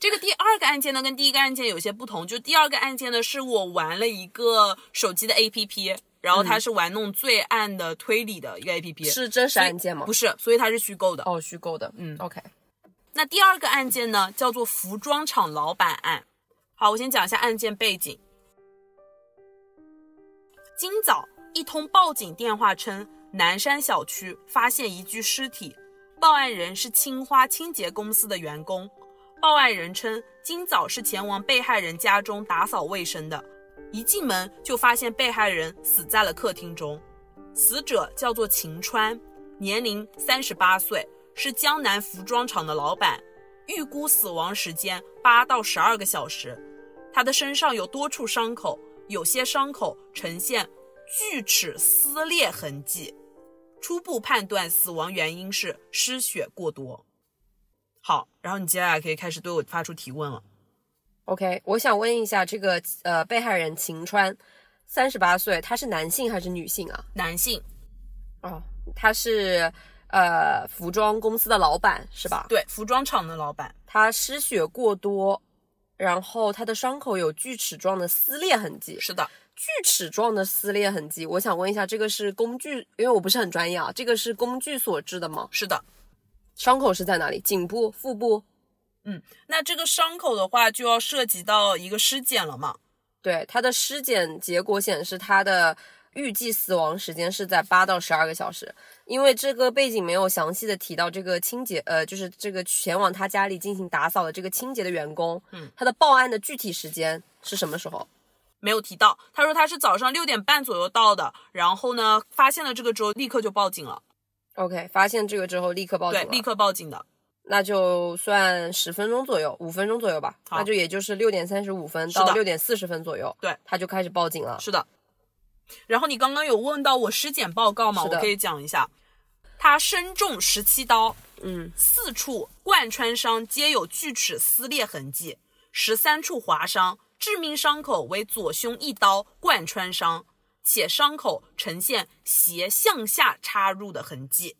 Speaker 1: 这个第二个案件呢，跟第一个案件有些不同。就第二个案件呢，是我玩了一个手机的 APP，然后它是玩弄罪案的推理的一个 APP，、
Speaker 2: 嗯是真实案件吗？
Speaker 1: 不
Speaker 2: 是，
Speaker 1: 是，所以它是虚构的。
Speaker 2: 哦，虚构的。嗯，OK。
Speaker 1: 那第二个案件呢，叫做服装厂老板案。好，我先讲一下案件背景。今早，一通报警电话称，南山小区发现一具尸体，报案人是青花清洁公司的员工。报案人称，今早是前往被害人家中打扫卫生的，一进门就发现被害人死在了客厅中。死者叫做秦川，年龄三十八岁，是江南服装厂的老板，预估死亡时间八到十二个小时。他的身上有多处伤口，有些伤口呈现锯齿撕裂痕迹。初步判断死亡原因是失血过多。好，然后你接下来可以开始对我发出提问了。
Speaker 2: OK，我想问一下，这个呃，被害人秦川，三十八岁，他是男性还是女性啊？
Speaker 1: 男性，
Speaker 2: 哦，他是呃服装公司的老板是吧？
Speaker 1: 对，服装厂的老板，
Speaker 2: 他失血过多，然后他的伤口有锯齿状的撕裂痕迹。
Speaker 1: 是的，
Speaker 2: 锯齿状的撕裂痕迹，我想问一下，这个是工具？因为我不是很专业啊，这个是工具所致的吗？
Speaker 1: 是的。
Speaker 2: 伤口是在哪里？颈部、腹部？
Speaker 1: 那这个伤口的话，就要涉及到一个尸检了嘛？
Speaker 2: 对，他的尸检结果显示，他的预计死亡时间是在八到十二个小时。因为这个背景没有详细的提到这个清洁，呃，就是这个前往他家里进行打扫的这个清洁的员工，
Speaker 1: 嗯，
Speaker 2: 他的报案的具体时间是什么时候？
Speaker 1: 没有提到。他说他是早上六点半左右到的，然后呢，发现了这个之后立刻就报警了，
Speaker 2: OK，发现这个之后立刻报警
Speaker 1: 对，
Speaker 2: 了，
Speaker 1: 立刻报警的，
Speaker 2: 那就算十分钟左右，五分钟左右吧，
Speaker 1: 好
Speaker 2: 那就也就是六点三十五分
Speaker 1: 是的
Speaker 2: 到六点四十分左右，
Speaker 1: 对，
Speaker 2: 他就开始报警了。
Speaker 1: 是的。然后你刚刚有问到我尸检报告嘛，
Speaker 2: 是
Speaker 1: 我
Speaker 2: 的
Speaker 1: 可以讲一下，他身中十七刀，
Speaker 2: 嗯，
Speaker 1: 四处贯穿伤皆有锯齿撕裂痕迹，十三处划伤，致命伤口为左胸一刀贯穿伤，且伤口呈现斜向下插入的痕迹。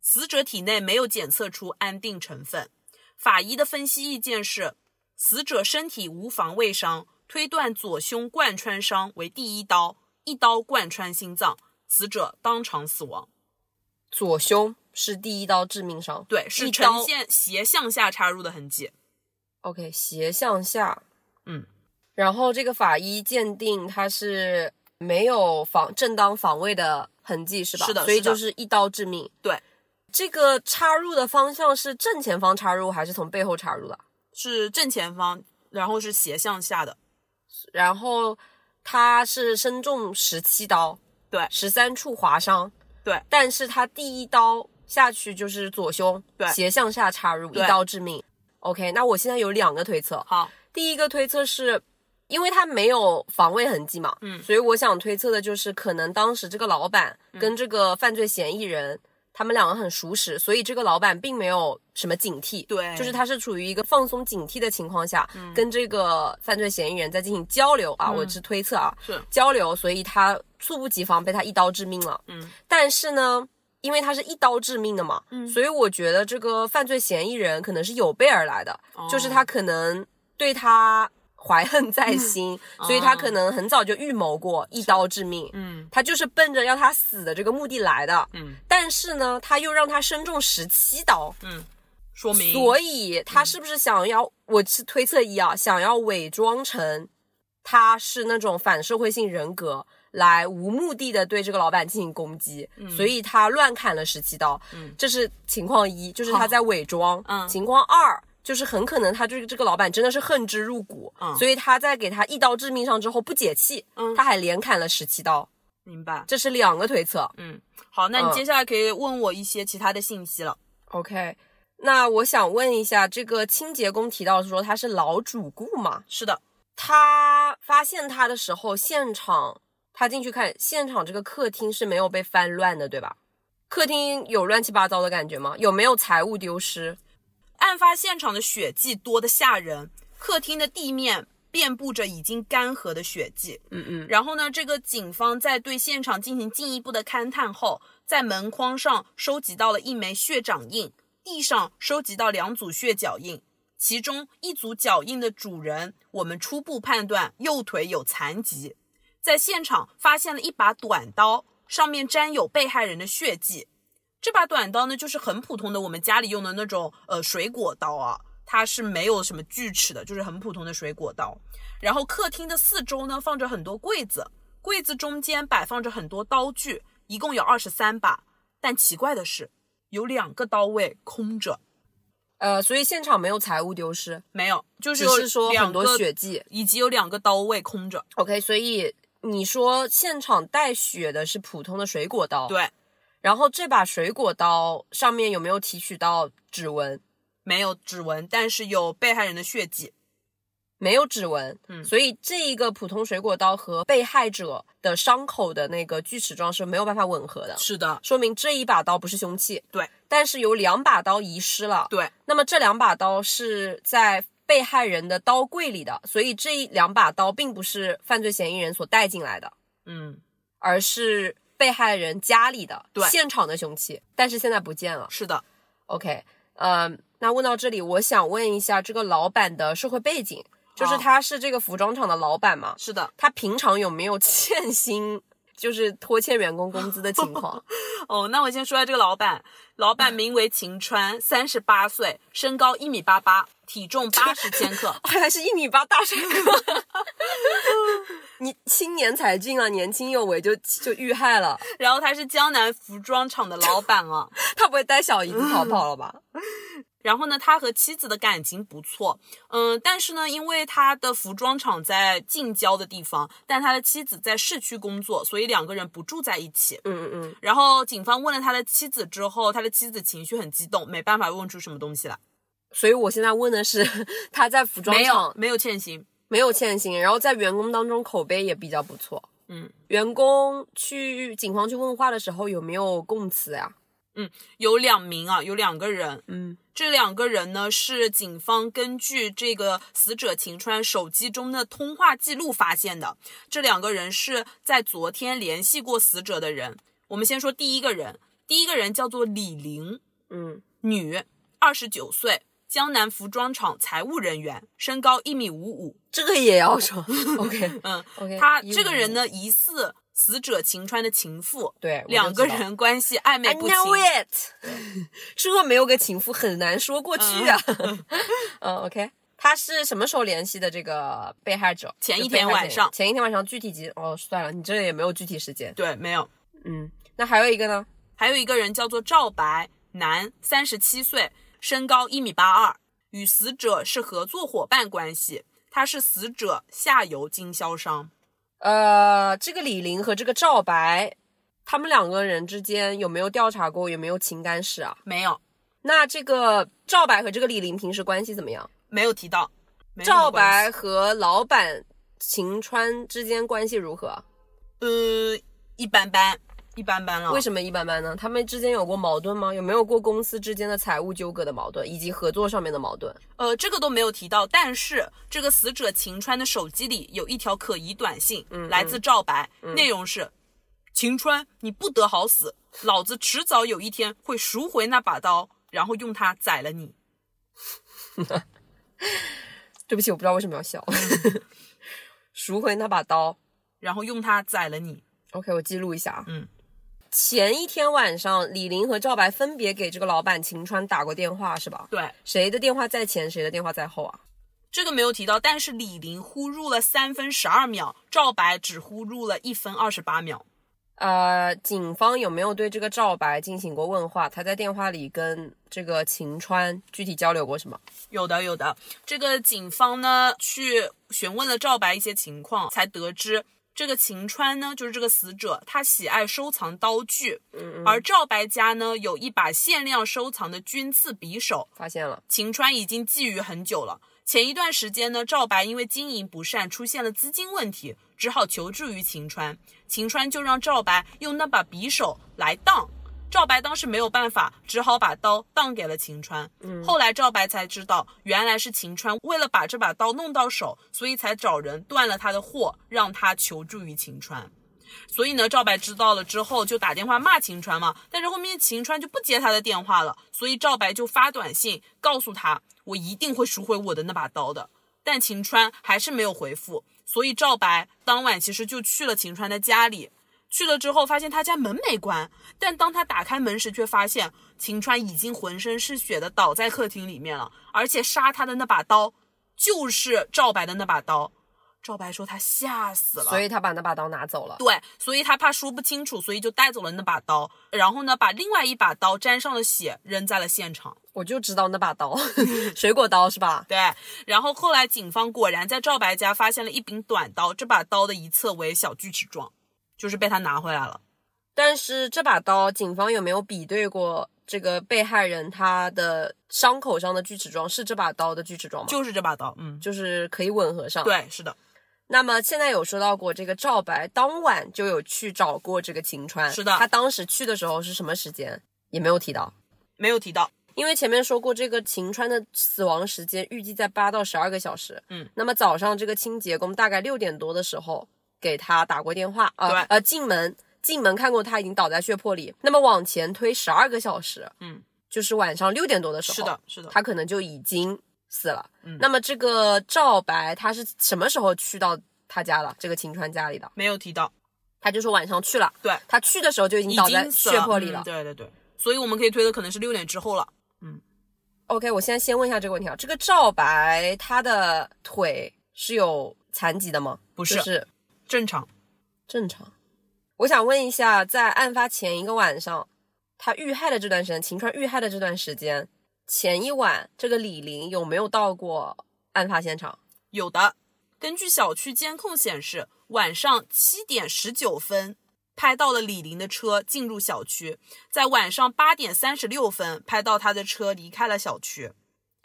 Speaker 1: 死者体内没有检测出安定成分。法医的分析意见是，死者身体无防卫伤，推断左胸贯穿伤为第一刀，一刀贯穿心脏，死者当场死亡。
Speaker 2: 左胸是第一刀致命伤，
Speaker 1: 对，是
Speaker 2: 一刀
Speaker 1: 呈现斜向下插入的痕迹。
Speaker 2: OK，斜向下，
Speaker 1: 嗯，
Speaker 2: 然后这个法医鉴定他是没有防正当防卫的痕迹，是吧？
Speaker 1: 是的
Speaker 2: 所以
Speaker 1: 是的
Speaker 2: 就是一刀致命。
Speaker 1: 对，
Speaker 2: 这个插入的方向是正前方插入还是从背后插入的？
Speaker 1: 是正前方，然后是斜向下的。
Speaker 2: 然后他是身中十七刀，
Speaker 1: 对
Speaker 2: 十三处划伤，
Speaker 1: 对
Speaker 2: 但是他第一刀下去就是左胸，
Speaker 1: 对
Speaker 2: 斜向下插入，一
Speaker 1: 对
Speaker 2: 刀致命。OK，那我现在有两个推测，
Speaker 1: 好，
Speaker 2: 第一个推测是。因为他没有防卫痕迹嘛，
Speaker 1: 嗯
Speaker 2: 所以我想推测的就是，可能当时这个老板跟这个犯罪嫌疑人，他们两个很熟识，所以这个老板并没有什么警惕，
Speaker 1: 对，嗯
Speaker 2: 就是他是处于一个放松警惕的情况下，跟这个犯罪嫌疑人在进行交流啊，我是推测啊，
Speaker 1: 是
Speaker 2: 交流，所以他猝不及防被他一刀致命了。
Speaker 1: 嗯，
Speaker 2: 但是呢，因为他是一刀致命的嘛，
Speaker 1: 嗯
Speaker 2: 所以我觉得这个犯罪嫌疑人可能是有备而来的，
Speaker 1: 哦
Speaker 2: 就是他可能对他怀恨
Speaker 1: 嗯
Speaker 2: 在心，所以他可能很早就预谋过一刀致命，
Speaker 1: 哦嗯
Speaker 2: 他就是奔着要他死的这个目的来的。
Speaker 1: 嗯
Speaker 2: 但是呢，他又让他身中十七刀，
Speaker 1: 嗯，说明嗯
Speaker 2: 所以他是不是想要？我是推测一啊，想要伪装成他是那种反社会性人格，来无目的的对这个老板进行攻击，所以他乱砍了十七刀。
Speaker 1: 嗯
Speaker 2: 这是情况一，就是他在伪装。
Speaker 1: 嗯
Speaker 2: 情况二。就是很可能他对这个老板真的是恨之入骨，
Speaker 1: 嗯
Speaker 2: 所以他在给他一刀致命伤之后不解气，
Speaker 1: 嗯
Speaker 2: 他还连砍了十七刀，
Speaker 1: 明白。
Speaker 2: 这是两个推测。
Speaker 1: 嗯，好，那你
Speaker 2: 嗯
Speaker 1: 接下来可以问我一些其他的信息了。
Speaker 2: OK，那我想问一下，这个清洁工提到说他是老主顾嘛，
Speaker 1: 是的，
Speaker 2: 他发现他的时候，现场他进去看，现场这个客厅是没有被翻乱的，对吧？客厅有乱七八糟的感觉吗？有没有财物丢失？
Speaker 1: 案发现场的血迹多得吓人，客厅的地面遍布着已经干涸的血迹。
Speaker 2: 嗯嗯，
Speaker 1: 然后呢，这个警方在对现场进行进一步的勘探后，在门框上收集到了一枚血掌印，地上收集到两组血脚印，其中一组脚印的主人，我们初步判断右腿有残疾。在现场发现了一把短刀，上面沾有被害人的血迹。这把短刀呢，就是很普通的我们家里用的那种呃水果刀啊，它是没有什么锯齿的，就是很普通的水果刀。然后客厅的四周呢放着很多柜子，柜子中间摆放着很多刀具，一共有二十三把。但奇怪的是，有两个刀位空着，
Speaker 2: 呃，所以现场没有财物丢失，
Speaker 1: 没有，就
Speaker 2: 只
Speaker 1: 有
Speaker 2: 是说
Speaker 1: 两
Speaker 2: 很
Speaker 1: 个
Speaker 2: 多血，迹。
Speaker 1: 以及有两个刀位空着。
Speaker 2: OK，所以你说现场带血的是普通的水果刀，。
Speaker 1: 对，
Speaker 2: 然后这把水果刀上面有没有提取到指纹？
Speaker 1: 没有指纹，但是有被害人的血迹。
Speaker 2: 没有指纹，
Speaker 1: 嗯
Speaker 2: 所以这一个普通水果刀和被害者的伤口的那个锯齿状是没有办法吻合的，
Speaker 1: 是的，
Speaker 2: 说明这一把刀不是凶器。
Speaker 1: 对，
Speaker 2: 但是有两把刀遗失了，
Speaker 1: 对，
Speaker 2: 那么这两把刀是在被害人的刀柜里的，所以这一两把刀并不是犯罪嫌疑人所带进来的，
Speaker 1: 嗯，
Speaker 2: 而是被害人家里的
Speaker 1: 对
Speaker 2: 现场的凶器，但是现在不见了。
Speaker 1: 是的，
Speaker 2: OK，嗯，那问到这里，我想问一下这个老板的社会背景，就是
Speaker 1: 好
Speaker 2: 他是这个服装厂的老板嘛？
Speaker 1: 是的。
Speaker 2: 他平常有没有欠薪，就是拖欠员工工资的情况？。
Speaker 1: 哦，那我先说下这个老板，老板名为秦川，三十八岁，身高一米八八，体重八十千克 (laughs)
Speaker 2: 还是一米八大帅哥？ (laughs) 你青年才俊啊，年轻有为就就遇害了，
Speaker 1: 然后他是江南服装厂的老板啊。
Speaker 2: 他不会带小姨子逃跑了吧？
Speaker 1: 然后呢，他和妻子的感情不错，嗯，但是呢，因为他的服装厂在近郊的地方，但他的妻子在市区工作，所以两个人不住在一起。
Speaker 2: 嗯嗯嗯，
Speaker 1: 然后警方问了他的妻子之后，他的妻子情绪很激动，没办法问出什么东西来，
Speaker 2: 所以我现在问的是 (laughs) 他在服装
Speaker 1: 没有
Speaker 2: 厂
Speaker 1: 没有欠薪，
Speaker 2: 没有欠薪，然后在员工当中口碑也比较不错。
Speaker 1: 嗯，
Speaker 2: 员工去警方去问话的时候有没有供词呀、
Speaker 1: 有两名啊，有两个人，
Speaker 2: 嗯，
Speaker 1: 这两个人呢是警方根据这个死者秦川手机中的通话记录发现的。这两个人是在昨天联系过死者的人。我们先说第一个人，第一个人叫做李玲，
Speaker 2: 嗯，
Speaker 1: 女，二十九岁，江南服装厂财务人员，身高一米五五。
Speaker 2: 这个也要说。OK (laughs)
Speaker 1: (laughs) 嗯，
Speaker 2: OK，
Speaker 1: 他这个人呢疑似死者秦川的情妇，
Speaker 2: 对，我就
Speaker 1: 两个
Speaker 2: 知道。
Speaker 1: 人关系暧昧
Speaker 2: I
Speaker 1: 不清。
Speaker 2: know it，这 (laughs) 没有个情妇很难说过去啊。 (laughs) 嗯，OK，他是什么时候联系的这个被害者？
Speaker 1: 前一
Speaker 2: 就被害
Speaker 1: 天
Speaker 2: 者
Speaker 1: 晚上
Speaker 2: 前一天晚上具体几哦，算了，你这也没有具体时间。
Speaker 1: 对，没有。
Speaker 2: 嗯，那还有一个呢？
Speaker 1: 还有一个人叫做赵白，男，三十七岁，身高一米八二。与死者是合作伙伴关系，他是死者下游经销商。
Speaker 2: 呃，这个李玲和这个赵白，他们两个人之间有没有调查过有没有情感史啊？
Speaker 1: 没有，
Speaker 2: 那这个赵白和这个李玲平时关系怎么样？
Speaker 1: 没有提到。没什么
Speaker 2: 赵
Speaker 1: 关
Speaker 2: 白
Speaker 1: 系，
Speaker 2: 和老板晴川之间关系如何？
Speaker 1: 呃，一般般，一般般了。
Speaker 2: 为什么一般般呢？他们之间有过矛盾吗？有没有过公司之间的财务纠葛的矛盾，以及合作上面的矛盾？
Speaker 1: 呃，这个都没有提到，但是这个死者晴川的手机里有一条可疑短信，
Speaker 2: 嗯
Speaker 1: 来自赵白，内容是：晴川，你不得好死，老子迟早有一天会赎回那把刀，然后用它宰了你。
Speaker 2: 对不起，我不知道为什么要笑。
Speaker 1: 嗯
Speaker 2: (laughs) 赎回那把刀。
Speaker 1: 然后用它宰了你。
Speaker 2: OK，我记录一下啊。
Speaker 1: 嗯。
Speaker 2: 前一天晚上，李玲和赵白分别给这个老板晴川打过电话，是吧？
Speaker 1: 对，
Speaker 2: 谁的电话在前，谁的电话在后啊？
Speaker 1: 这个没有提到，但是李玲呼入了三分十二秒，赵白只呼入了一分二十八秒。
Speaker 2: 呃，警方有没有对这个赵白进行过问话？他在电话里跟这个晴川具体交流过什么？
Speaker 1: 有的，有的。这个警方呢去询问了赵白一些情况，才得知这个晴川呢就是这个死者，他喜爱收藏刀具，而赵白家呢有一把限量收藏的军刺匕首，
Speaker 2: 发现了，
Speaker 1: 晴川已经觊觎很久了。前一段时间呢，赵白因为经营不善出现了资金问题，只好求助于晴川。晴川就让赵白用那把匕首来当。赵白当时没有办法，只好把刀当给了晴川。后来赵白才知道，原来是晴川为了把这把刀弄到手，所以才找人断了他的货，让他求助于晴川。所以呢，赵白知道了之后就打电话骂晴川嘛，但是后面晴川就不接他的电话了，所以赵白就发短信告诉他，我一定会赎回我的那把刀的。但晴川还是没有回复，所以赵白当晚其实就去了晴川的家里。去了之后，发现他家门没关，但当他打开门时，却发现晴川已经浑身是血的倒在客厅里面了，而且杀他的那把刀就是赵白的那把刀。赵白说他吓死了，
Speaker 2: 所以他把那把刀拿走了。
Speaker 1: 对，所以他怕说不清楚，所以就带走了那把刀，然后呢，把另外一把刀沾上了血，扔在了现场。
Speaker 2: 我就知道那
Speaker 1: (laughs)
Speaker 2: 把刀，水果刀是吧？
Speaker 1: 对，然后后来警方果然在赵白家发现了一柄短刀，这把刀的一侧为小锯齿状，就是被他拿回来了。
Speaker 2: 但是这把刀，警方有没有比对过这个被害人他的伤口上的锯齿状是这把刀的锯齿状吗？
Speaker 1: 就是这把刀，嗯，
Speaker 2: 就是可以吻合上。。
Speaker 1: 对，是的，
Speaker 2: 那么现在有说到过这个赵白当晚就有去找过这个晴川，
Speaker 1: 是的
Speaker 2: 他当时去的时候是什么时间也没有提到，
Speaker 1: 没有提到。
Speaker 2: 因为前面说过这个晴川的死亡时间预计在八到十二个小时，
Speaker 1: 嗯，
Speaker 2: 那么早上这个清洁工大概六点多的时候给他打过电话，
Speaker 1: 对
Speaker 2: 呃呃进门进门看过他已经倒在血泊里，那么往前推十二个小时，
Speaker 1: 嗯，
Speaker 2: 就是晚上六点多的时候，
Speaker 1: 是的，是的，
Speaker 2: 他可能就已经死了。
Speaker 1: 嗯
Speaker 2: 那么这个赵白他是什么时候去到他家了？这个晴川家里的，
Speaker 1: 没有提到，
Speaker 2: 他就说晚上去了。
Speaker 1: 对，
Speaker 2: 他去的时候就已经
Speaker 1: 已
Speaker 2: 倒在
Speaker 1: 经死
Speaker 2: 血泊里
Speaker 1: 嗯
Speaker 2: 了。
Speaker 1: 对对对，所以我们可以推的可能是六点之后了。
Speaker 2: OK，我现在先问一下这个问题啊，这个赵白他的腿是有残疾的吗？
Speaker 1: 不
Speaker 2: 就是是
Speaker 1: 正常，
Speaker 2: 正常。我想问一下，在案发前一个晚上，他遇害的这段时间，晴川遇害的这段时间，前一晚这个李玲有没有到过案发现场？
Speaker 1: 有的。根据小区监控显示，晚上七点十九分拍到了李玲的车进入小区，在晚上八点三十六分拍到她的车离开了小区。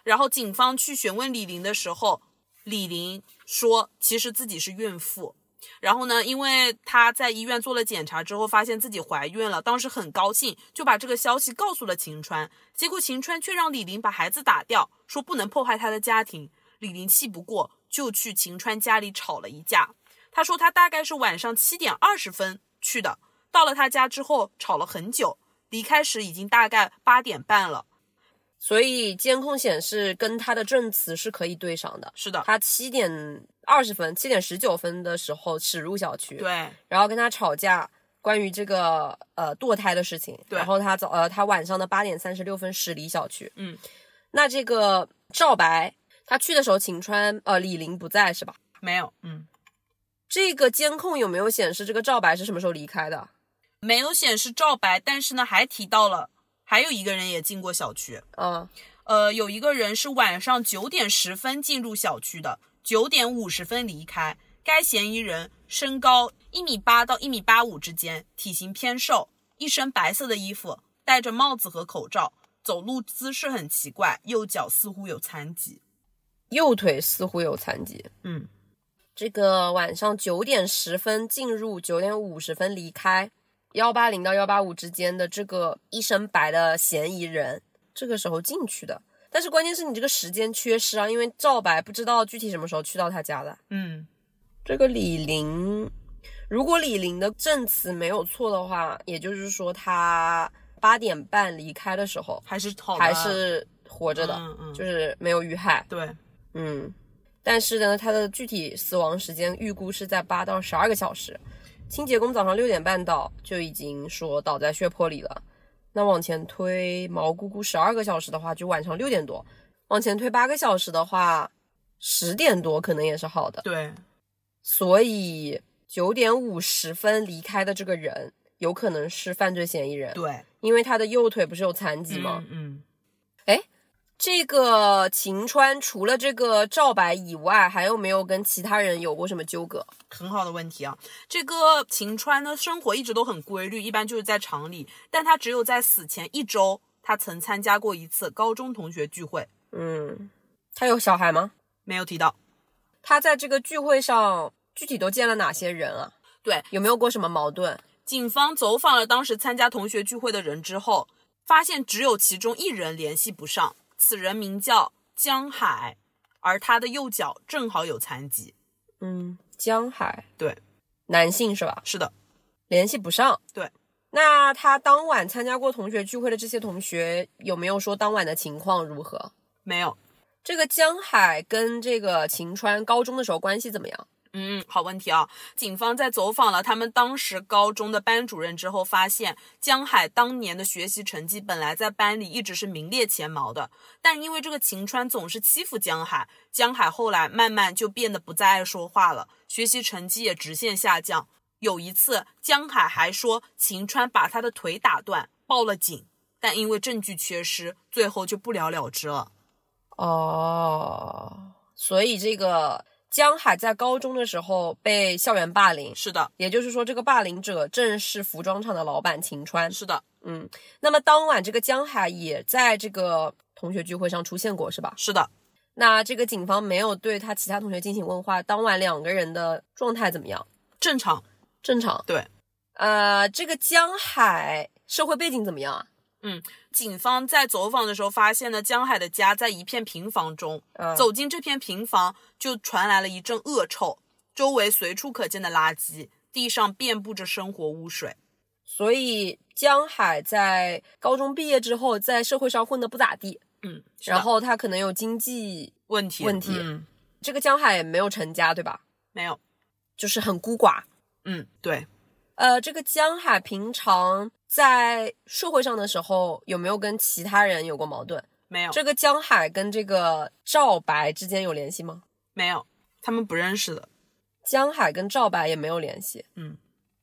Speaker 1: 然后警方去询问李玲的时候，李玲说其实自己是孕妇。然后呢，因为她在医院做了检查之后，发现自己怀孕了，当时很高兴，就把这个消息告诉了晴川。结果晴川却让李玲把孩子打掉，说不能破坏她的家庭。李玲气不过，就去晴川家里吵了一架。她说她大概是晚上七点二十分去的，到了她家之后吵了很久，离开时已经大概八点半了。
Speaker 2: 所以监控显示跟他的证词是可以对上的。
Speaker 1: 是的，
Speaker 2: 他七点二十分、七点十九分的时候驶入小区，
Speaker 1: 对
Speaker 2: 然后跟他吵架关于这个呃堕胎的事情。
Speaker 1: 对
Speaker 2: 然后他早呃他晚上的八点三十六分驶离小区。
Speaker 1: 嗯，
Speaker 2: 那这个赵白他去的时候，晴川呃李玲不在是吧？
Speaker 1: 没有，嗯，
Speaker 2: 这个监控有没有显示这个赵白是什么时候离开的？
Speaker 1: 没有显示赵白，但是呢还提到了还有一个人也进过小区。
Speaker 2: 啊、
Speaker 1: 呃，有一个人是晚上九点十分进入小区的，九点五十分离开。该嫌疑人身高一米八到一米八五之间，体型偏瘦，一身白色的衣服，戴着帽子和口罩，走路姿势很奇怪，右脚似乎有残疾。
Speaker 2: 右腿似乎有残疾。
Speaker 1: 嗯，
Speaker 2: 这个晚上九点十分进入，九点五十分离开，幺八零到幺八五之间的这个一身白的嫌疑人，这个时候进去的。但是关键是你这个时间缺失啊，因为赵白不知道具体什么时候去到他家的。
Speaker 1: 嗯，
Speaker 2: 这个李玲，如果李玲的证词没有错的话，也就是说他八点半离开的时候
Speaker 1: 还是好的，
Speaker 2: 还是活着的，
Speaker 1: 嗯嗯
Speaker 2: 就是没有遇害。
Speaker 1: 对，
Speaker 2: 嗯，但是呢，他的具体死亡时间预估是在八到十二个小时。清洁工早上六点半到，就已经说倒在血泊里了。那往前推毛姑姑十二个小时的话，就晚上六点多；往前推八个小时的话，十点多可能也是好的。
Speaker 1: 对，
Speaker 2: 所以九点五十分离开的这个人，有可能是犯罪嫌疑人，
Speaker 1: 对，
Speaker 2: 因为他的右腿不是有残疾吗？
Speaker 1: 嗯，
Speaker 2: 这个晴川除了这个赵白以外，还有没有跟其他人有过什么纠葛？
Speaker 1: 很好的问题啊。这个晴川的生活一直都很规律，一般就是在厂里，但他只有在死前一周，他曾参加过一次高中同学聚会，
Speaker 2: 嗯，他有小孩吗？
Speaker 1: 没有提到。
Speaker 2: 他在这个聚会上具体都见了哪些人啊？
Speaker 1: 对，
Speaker 2: 有没有过什么矛盾？
Speaker 1: 警方走访了当时参加同学聚会的人之后，发现只有其中一人联系不上，此人名叫江海，而他的右脚正好有残疾。
Speaker 2: 嗯，江海，
Speaker 1: 对，
Speaker 2: 男性是吧？
Speaker 1: 是的，
Speaker 2: 联系不上。
Speaker 1: 对，
Speaker 2: 那他当晚参加过同学聚会的这些同学，有没有说当晚的情况如何？
Speaker 1: 没有。
Speaker 2: 这个江海跟这个晴川高中的时候关系怎么样？
Speaker 1: 嗯，好问题啊！警方在走访了他们当时高中的班主任之后，发现江海当年的学习成绩本来在班里一直是名列前茅的，但因为这个晴川总是欺负江海，江海后来慢慢就变得不再爱说话了，学习成绩也直线下降。有一次，江海还说晴川把他的腿打断，报了警，但因为证据缺失，最后就不了了之了。
Speaker 2: 哦，所以这个江海在高中的时候被校园霸凌，
Speaker 1: 是的，
Speaker 2: 也就是说，这个霸凌者正是服装厂的老板晴川。
Speaker 1: 是的，
Speaker 2: 嗯，那么当晚这个江海也在这个同学聚会上出现过，是吧？
Speaker 1: 是的。
Speaker 2: 那这个警方没有对他其他同学进行问话，当晚两个人的状态怎么样？
Speaker 1: 正常，
Speaker 2: 正常。
Speaker 1: 对。
Speaker 2: 呃，这个江海社会背景怎么样啊？
Speaker 1: 警方在走访的时候发现呢，江海的家在一片平房中。
Speaker 2: 嗯
Speaker 1: 走进这片平房，就传来了一阵恶臭，周围随处可见的垃圾，地上遍布着生活污水。
Speaker 2: 所以江海在高中毕业之后，在社会上混得不咋地，
Speaker 1: 嗯，是的
Speaker 2: 然后他可能有经济
Speaker 1: 问题
Speaker 2: 问题
Speaker 1: 嗯，
Speaker 2: 这个江海也没有成家，对吧？
Speaker 1: 没有，
Speaker 2: 就是很孤寡。
Speaker 1: 嗯，对，
Speaker 2: 呃，这个江海平常在社会上的时候，有没有跟其他人有过矛盾？
Speaker 1: 没有，
Speaker 2: 这个江海跟这个赵白之间有联系吗？
Speaker 1: 没有，他们不认识的。
Speaker 2: 江海跟赵白也没有联系。
Speaker 1: 嗯，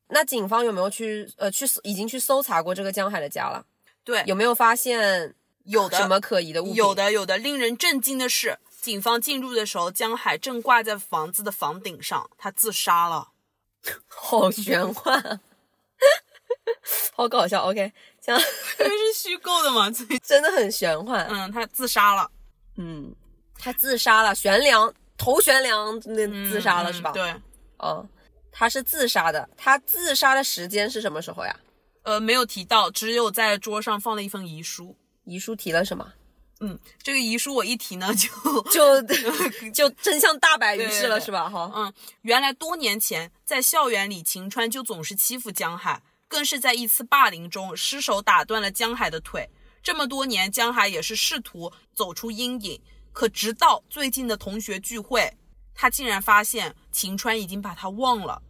Speaker 2: 那警方有没有去呃去搜已经去搜查过这个江海的家了？
Speaker 1: 对，
Speaker 2: 有没有发现
Speaker 1: 有的
Speaker 2: 什么可疑的物品？
Speaker 1: 有的有的。令人震惊的是，警方进入的时候，江海正挂在房子的房顶上，他自杀了。
Speaker 2: (laughs) 好玄幻 (laughs) 啊，好搞笑。OK，这样
Speaker 1: 因为是虚构的嘛，所以
Speaker 2: (laughs) 真的很玄幻。
Speaker 1: 嗯，他自杀了，
Speaker 2: 嗯，他自杀了，悬梁头悬梁那
Speaker 1: 嗯
Speaker 2: 自杀了、
Speaker 1: 嗯
Speaker 2: 是吧？，
Speaker 1: 对。
Speaker 2: 嗯，他是自杀的。他自杀的时间是什么时候呀？
Speaker 1: 呃，没有提到，只有在桌上放了一份遗书。
Speaker 2: 遗书提了什么？
Speaker 1: 嗯，这个遗书我一提呢， (laughs) 就
Speaker 2: 就就真相大白于世
Speaker 1: 对对
Speaker 2: 了
Speaker 1: 对
Speaker 2: 是吧？哈，
Speaker 1: 嗯，原来多年前在校园里，晴川就总是欺负江海，更是在一次霸凌中失手打断了江海的腿。这么多年，江海也是试图走出阴影，可直到最近的同学聚会，他竟然发现晴川已经把他忘了。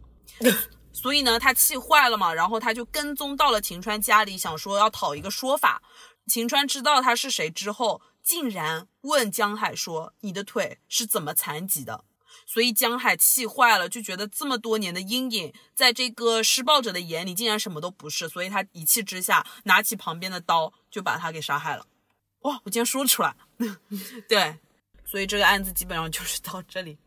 Speaker 1: 所以呢，他气坏了嘛，然后他就跟踪到了晴川家里，想说要讨一个说法。晴川知道他是谁之后，竟然问江海说：“你的腿是怎么残疾的？”所以江海气坏了，就觉得这么多年的阴影，在这个施暴者的眼里竟然什么都不是，所以他一气之下拿起旁边的刀就把他给杀害了。哇，我竟然说出来， (laughs) 对，所以这个案子基本上就是到这里。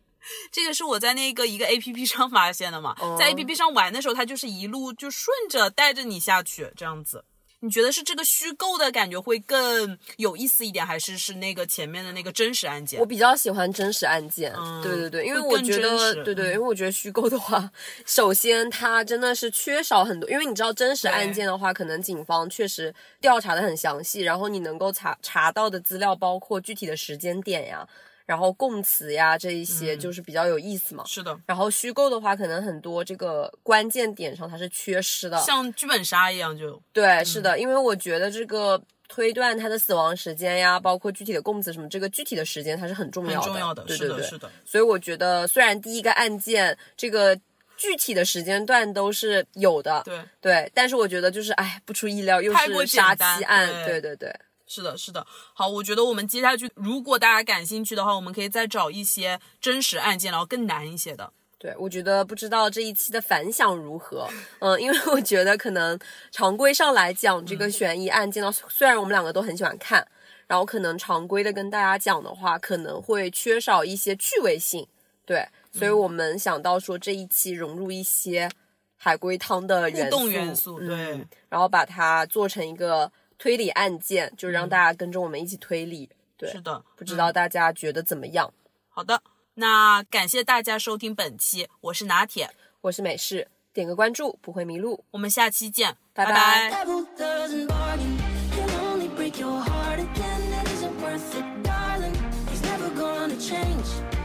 Speaker 1: 这个是我在那个一个 A P P 上发现的嘛，
Speaker 2: 哦
Speaker 1: 在 A P P 上玩的时候，它就是一路就顺着带着你下去这样子。你觉得是这个虚构的感觉会更有意思一点，还是是那个前面的那个真实案件
Speaker 2: 我？比较喜欢真实案件，
Speaker 1: 嗯
Speaker 2: 对对对，因为
Speaker 1: 会
Speaker 2: 我
Speaker 1: 更
Speaker 2: 觉
Speaker 1: 真
Speaker 2: 得
Speaker 1: 实，
Speaker 2: 对对，
Speaker 1: 嗯
Speaker 2: 因为我觉得虚构的话，首先它真的是缺少很多，因为你知道真实案
Speaker 1: 对
Speaker 2: 件的话，可能警方确实调查的很详细，然后你能够查查到的资料包括具体的时间点呀，然后供词呀这一些，
Speaker 1: 嗯
Speaker 2: 就是比较有意思嘛。
Speaker 1: 是的，
Speaker 2: 然后虚构的话，可能很多这个关键点上它是缺失的，
Speaker 1: 像剧本杀一样就
Speaker 2: 对，
Speaker 1: 嗯
Speaker 2: 是的，因为我觉得这个推断他的死亡时间呀，包括具体的供词什么，这个具体的时间它是很重
Speaker 1: 很
Speaker 2: 要的，
Speaker 1: 重要的，
Speaker 2: 对
Speaker 1: 是
Speaker 2: 对
Speaker 1: 的，
Speaker 2: 对。
Speaker 1: 是的，
Speaker 2: 所以我觉得，虽然第一个案件这个具体的时间段都是有的，
Speaker 1: 对，
Speaker 2: 对，但是我觉得就是哎，不出意料又
Speaker 1: 太过
Speaker 2: 是
Speaker 1: 简
Speaker 2: 杀
Speaker 1: 单
Speaker 2: 妻案，
Speaker 1: 对
Speaker 2: 对对对，
Speaker 1: 是的，是的。好，我觉得我们接下去，如果大家感兴趣的话，我们可以再找一些真实案件，然后更难一些的。
Speaker 2: 对，我觉得不知道这一期的反响如何，嗯，因为我觉得可能常规上来讲，这
Speaker 1: 嗯
Speaker 2: 个悬疑案件呢，虽然我们两个都很喜欢看，然后可能常规的跟大家讲的话，可能会缺少一些趣味性，对，所
Speaker 1: 嗯
Speaker 2: 以我们想到说这一期融入一些海龟汤的元素，
Speaker 1: 互动元素对
Speaker 2: 嗯，然后把它做成一个推理案件，就让大家跟着我们一起推理，对
Speaker 1: 嗯是，的，
Speaker 2: 不知道
Speaker 1: 嗯
Speaker 2: 大家觉得怎么样？
Speaker 1: 好的，那感谢大家收听本期，我是拿铁，
Speaker 2: 我是美式，点个关注不会迷路。
Speaker 1: 我们下期见，
Speaker 2: 拜
Speaker 1: 拜
Speaker 2: 拜
Speaker 3: Devil doesn't bargain. He'll only break your heart again. That isn't worth it, darling. He's never gonna change. Mm-hmm.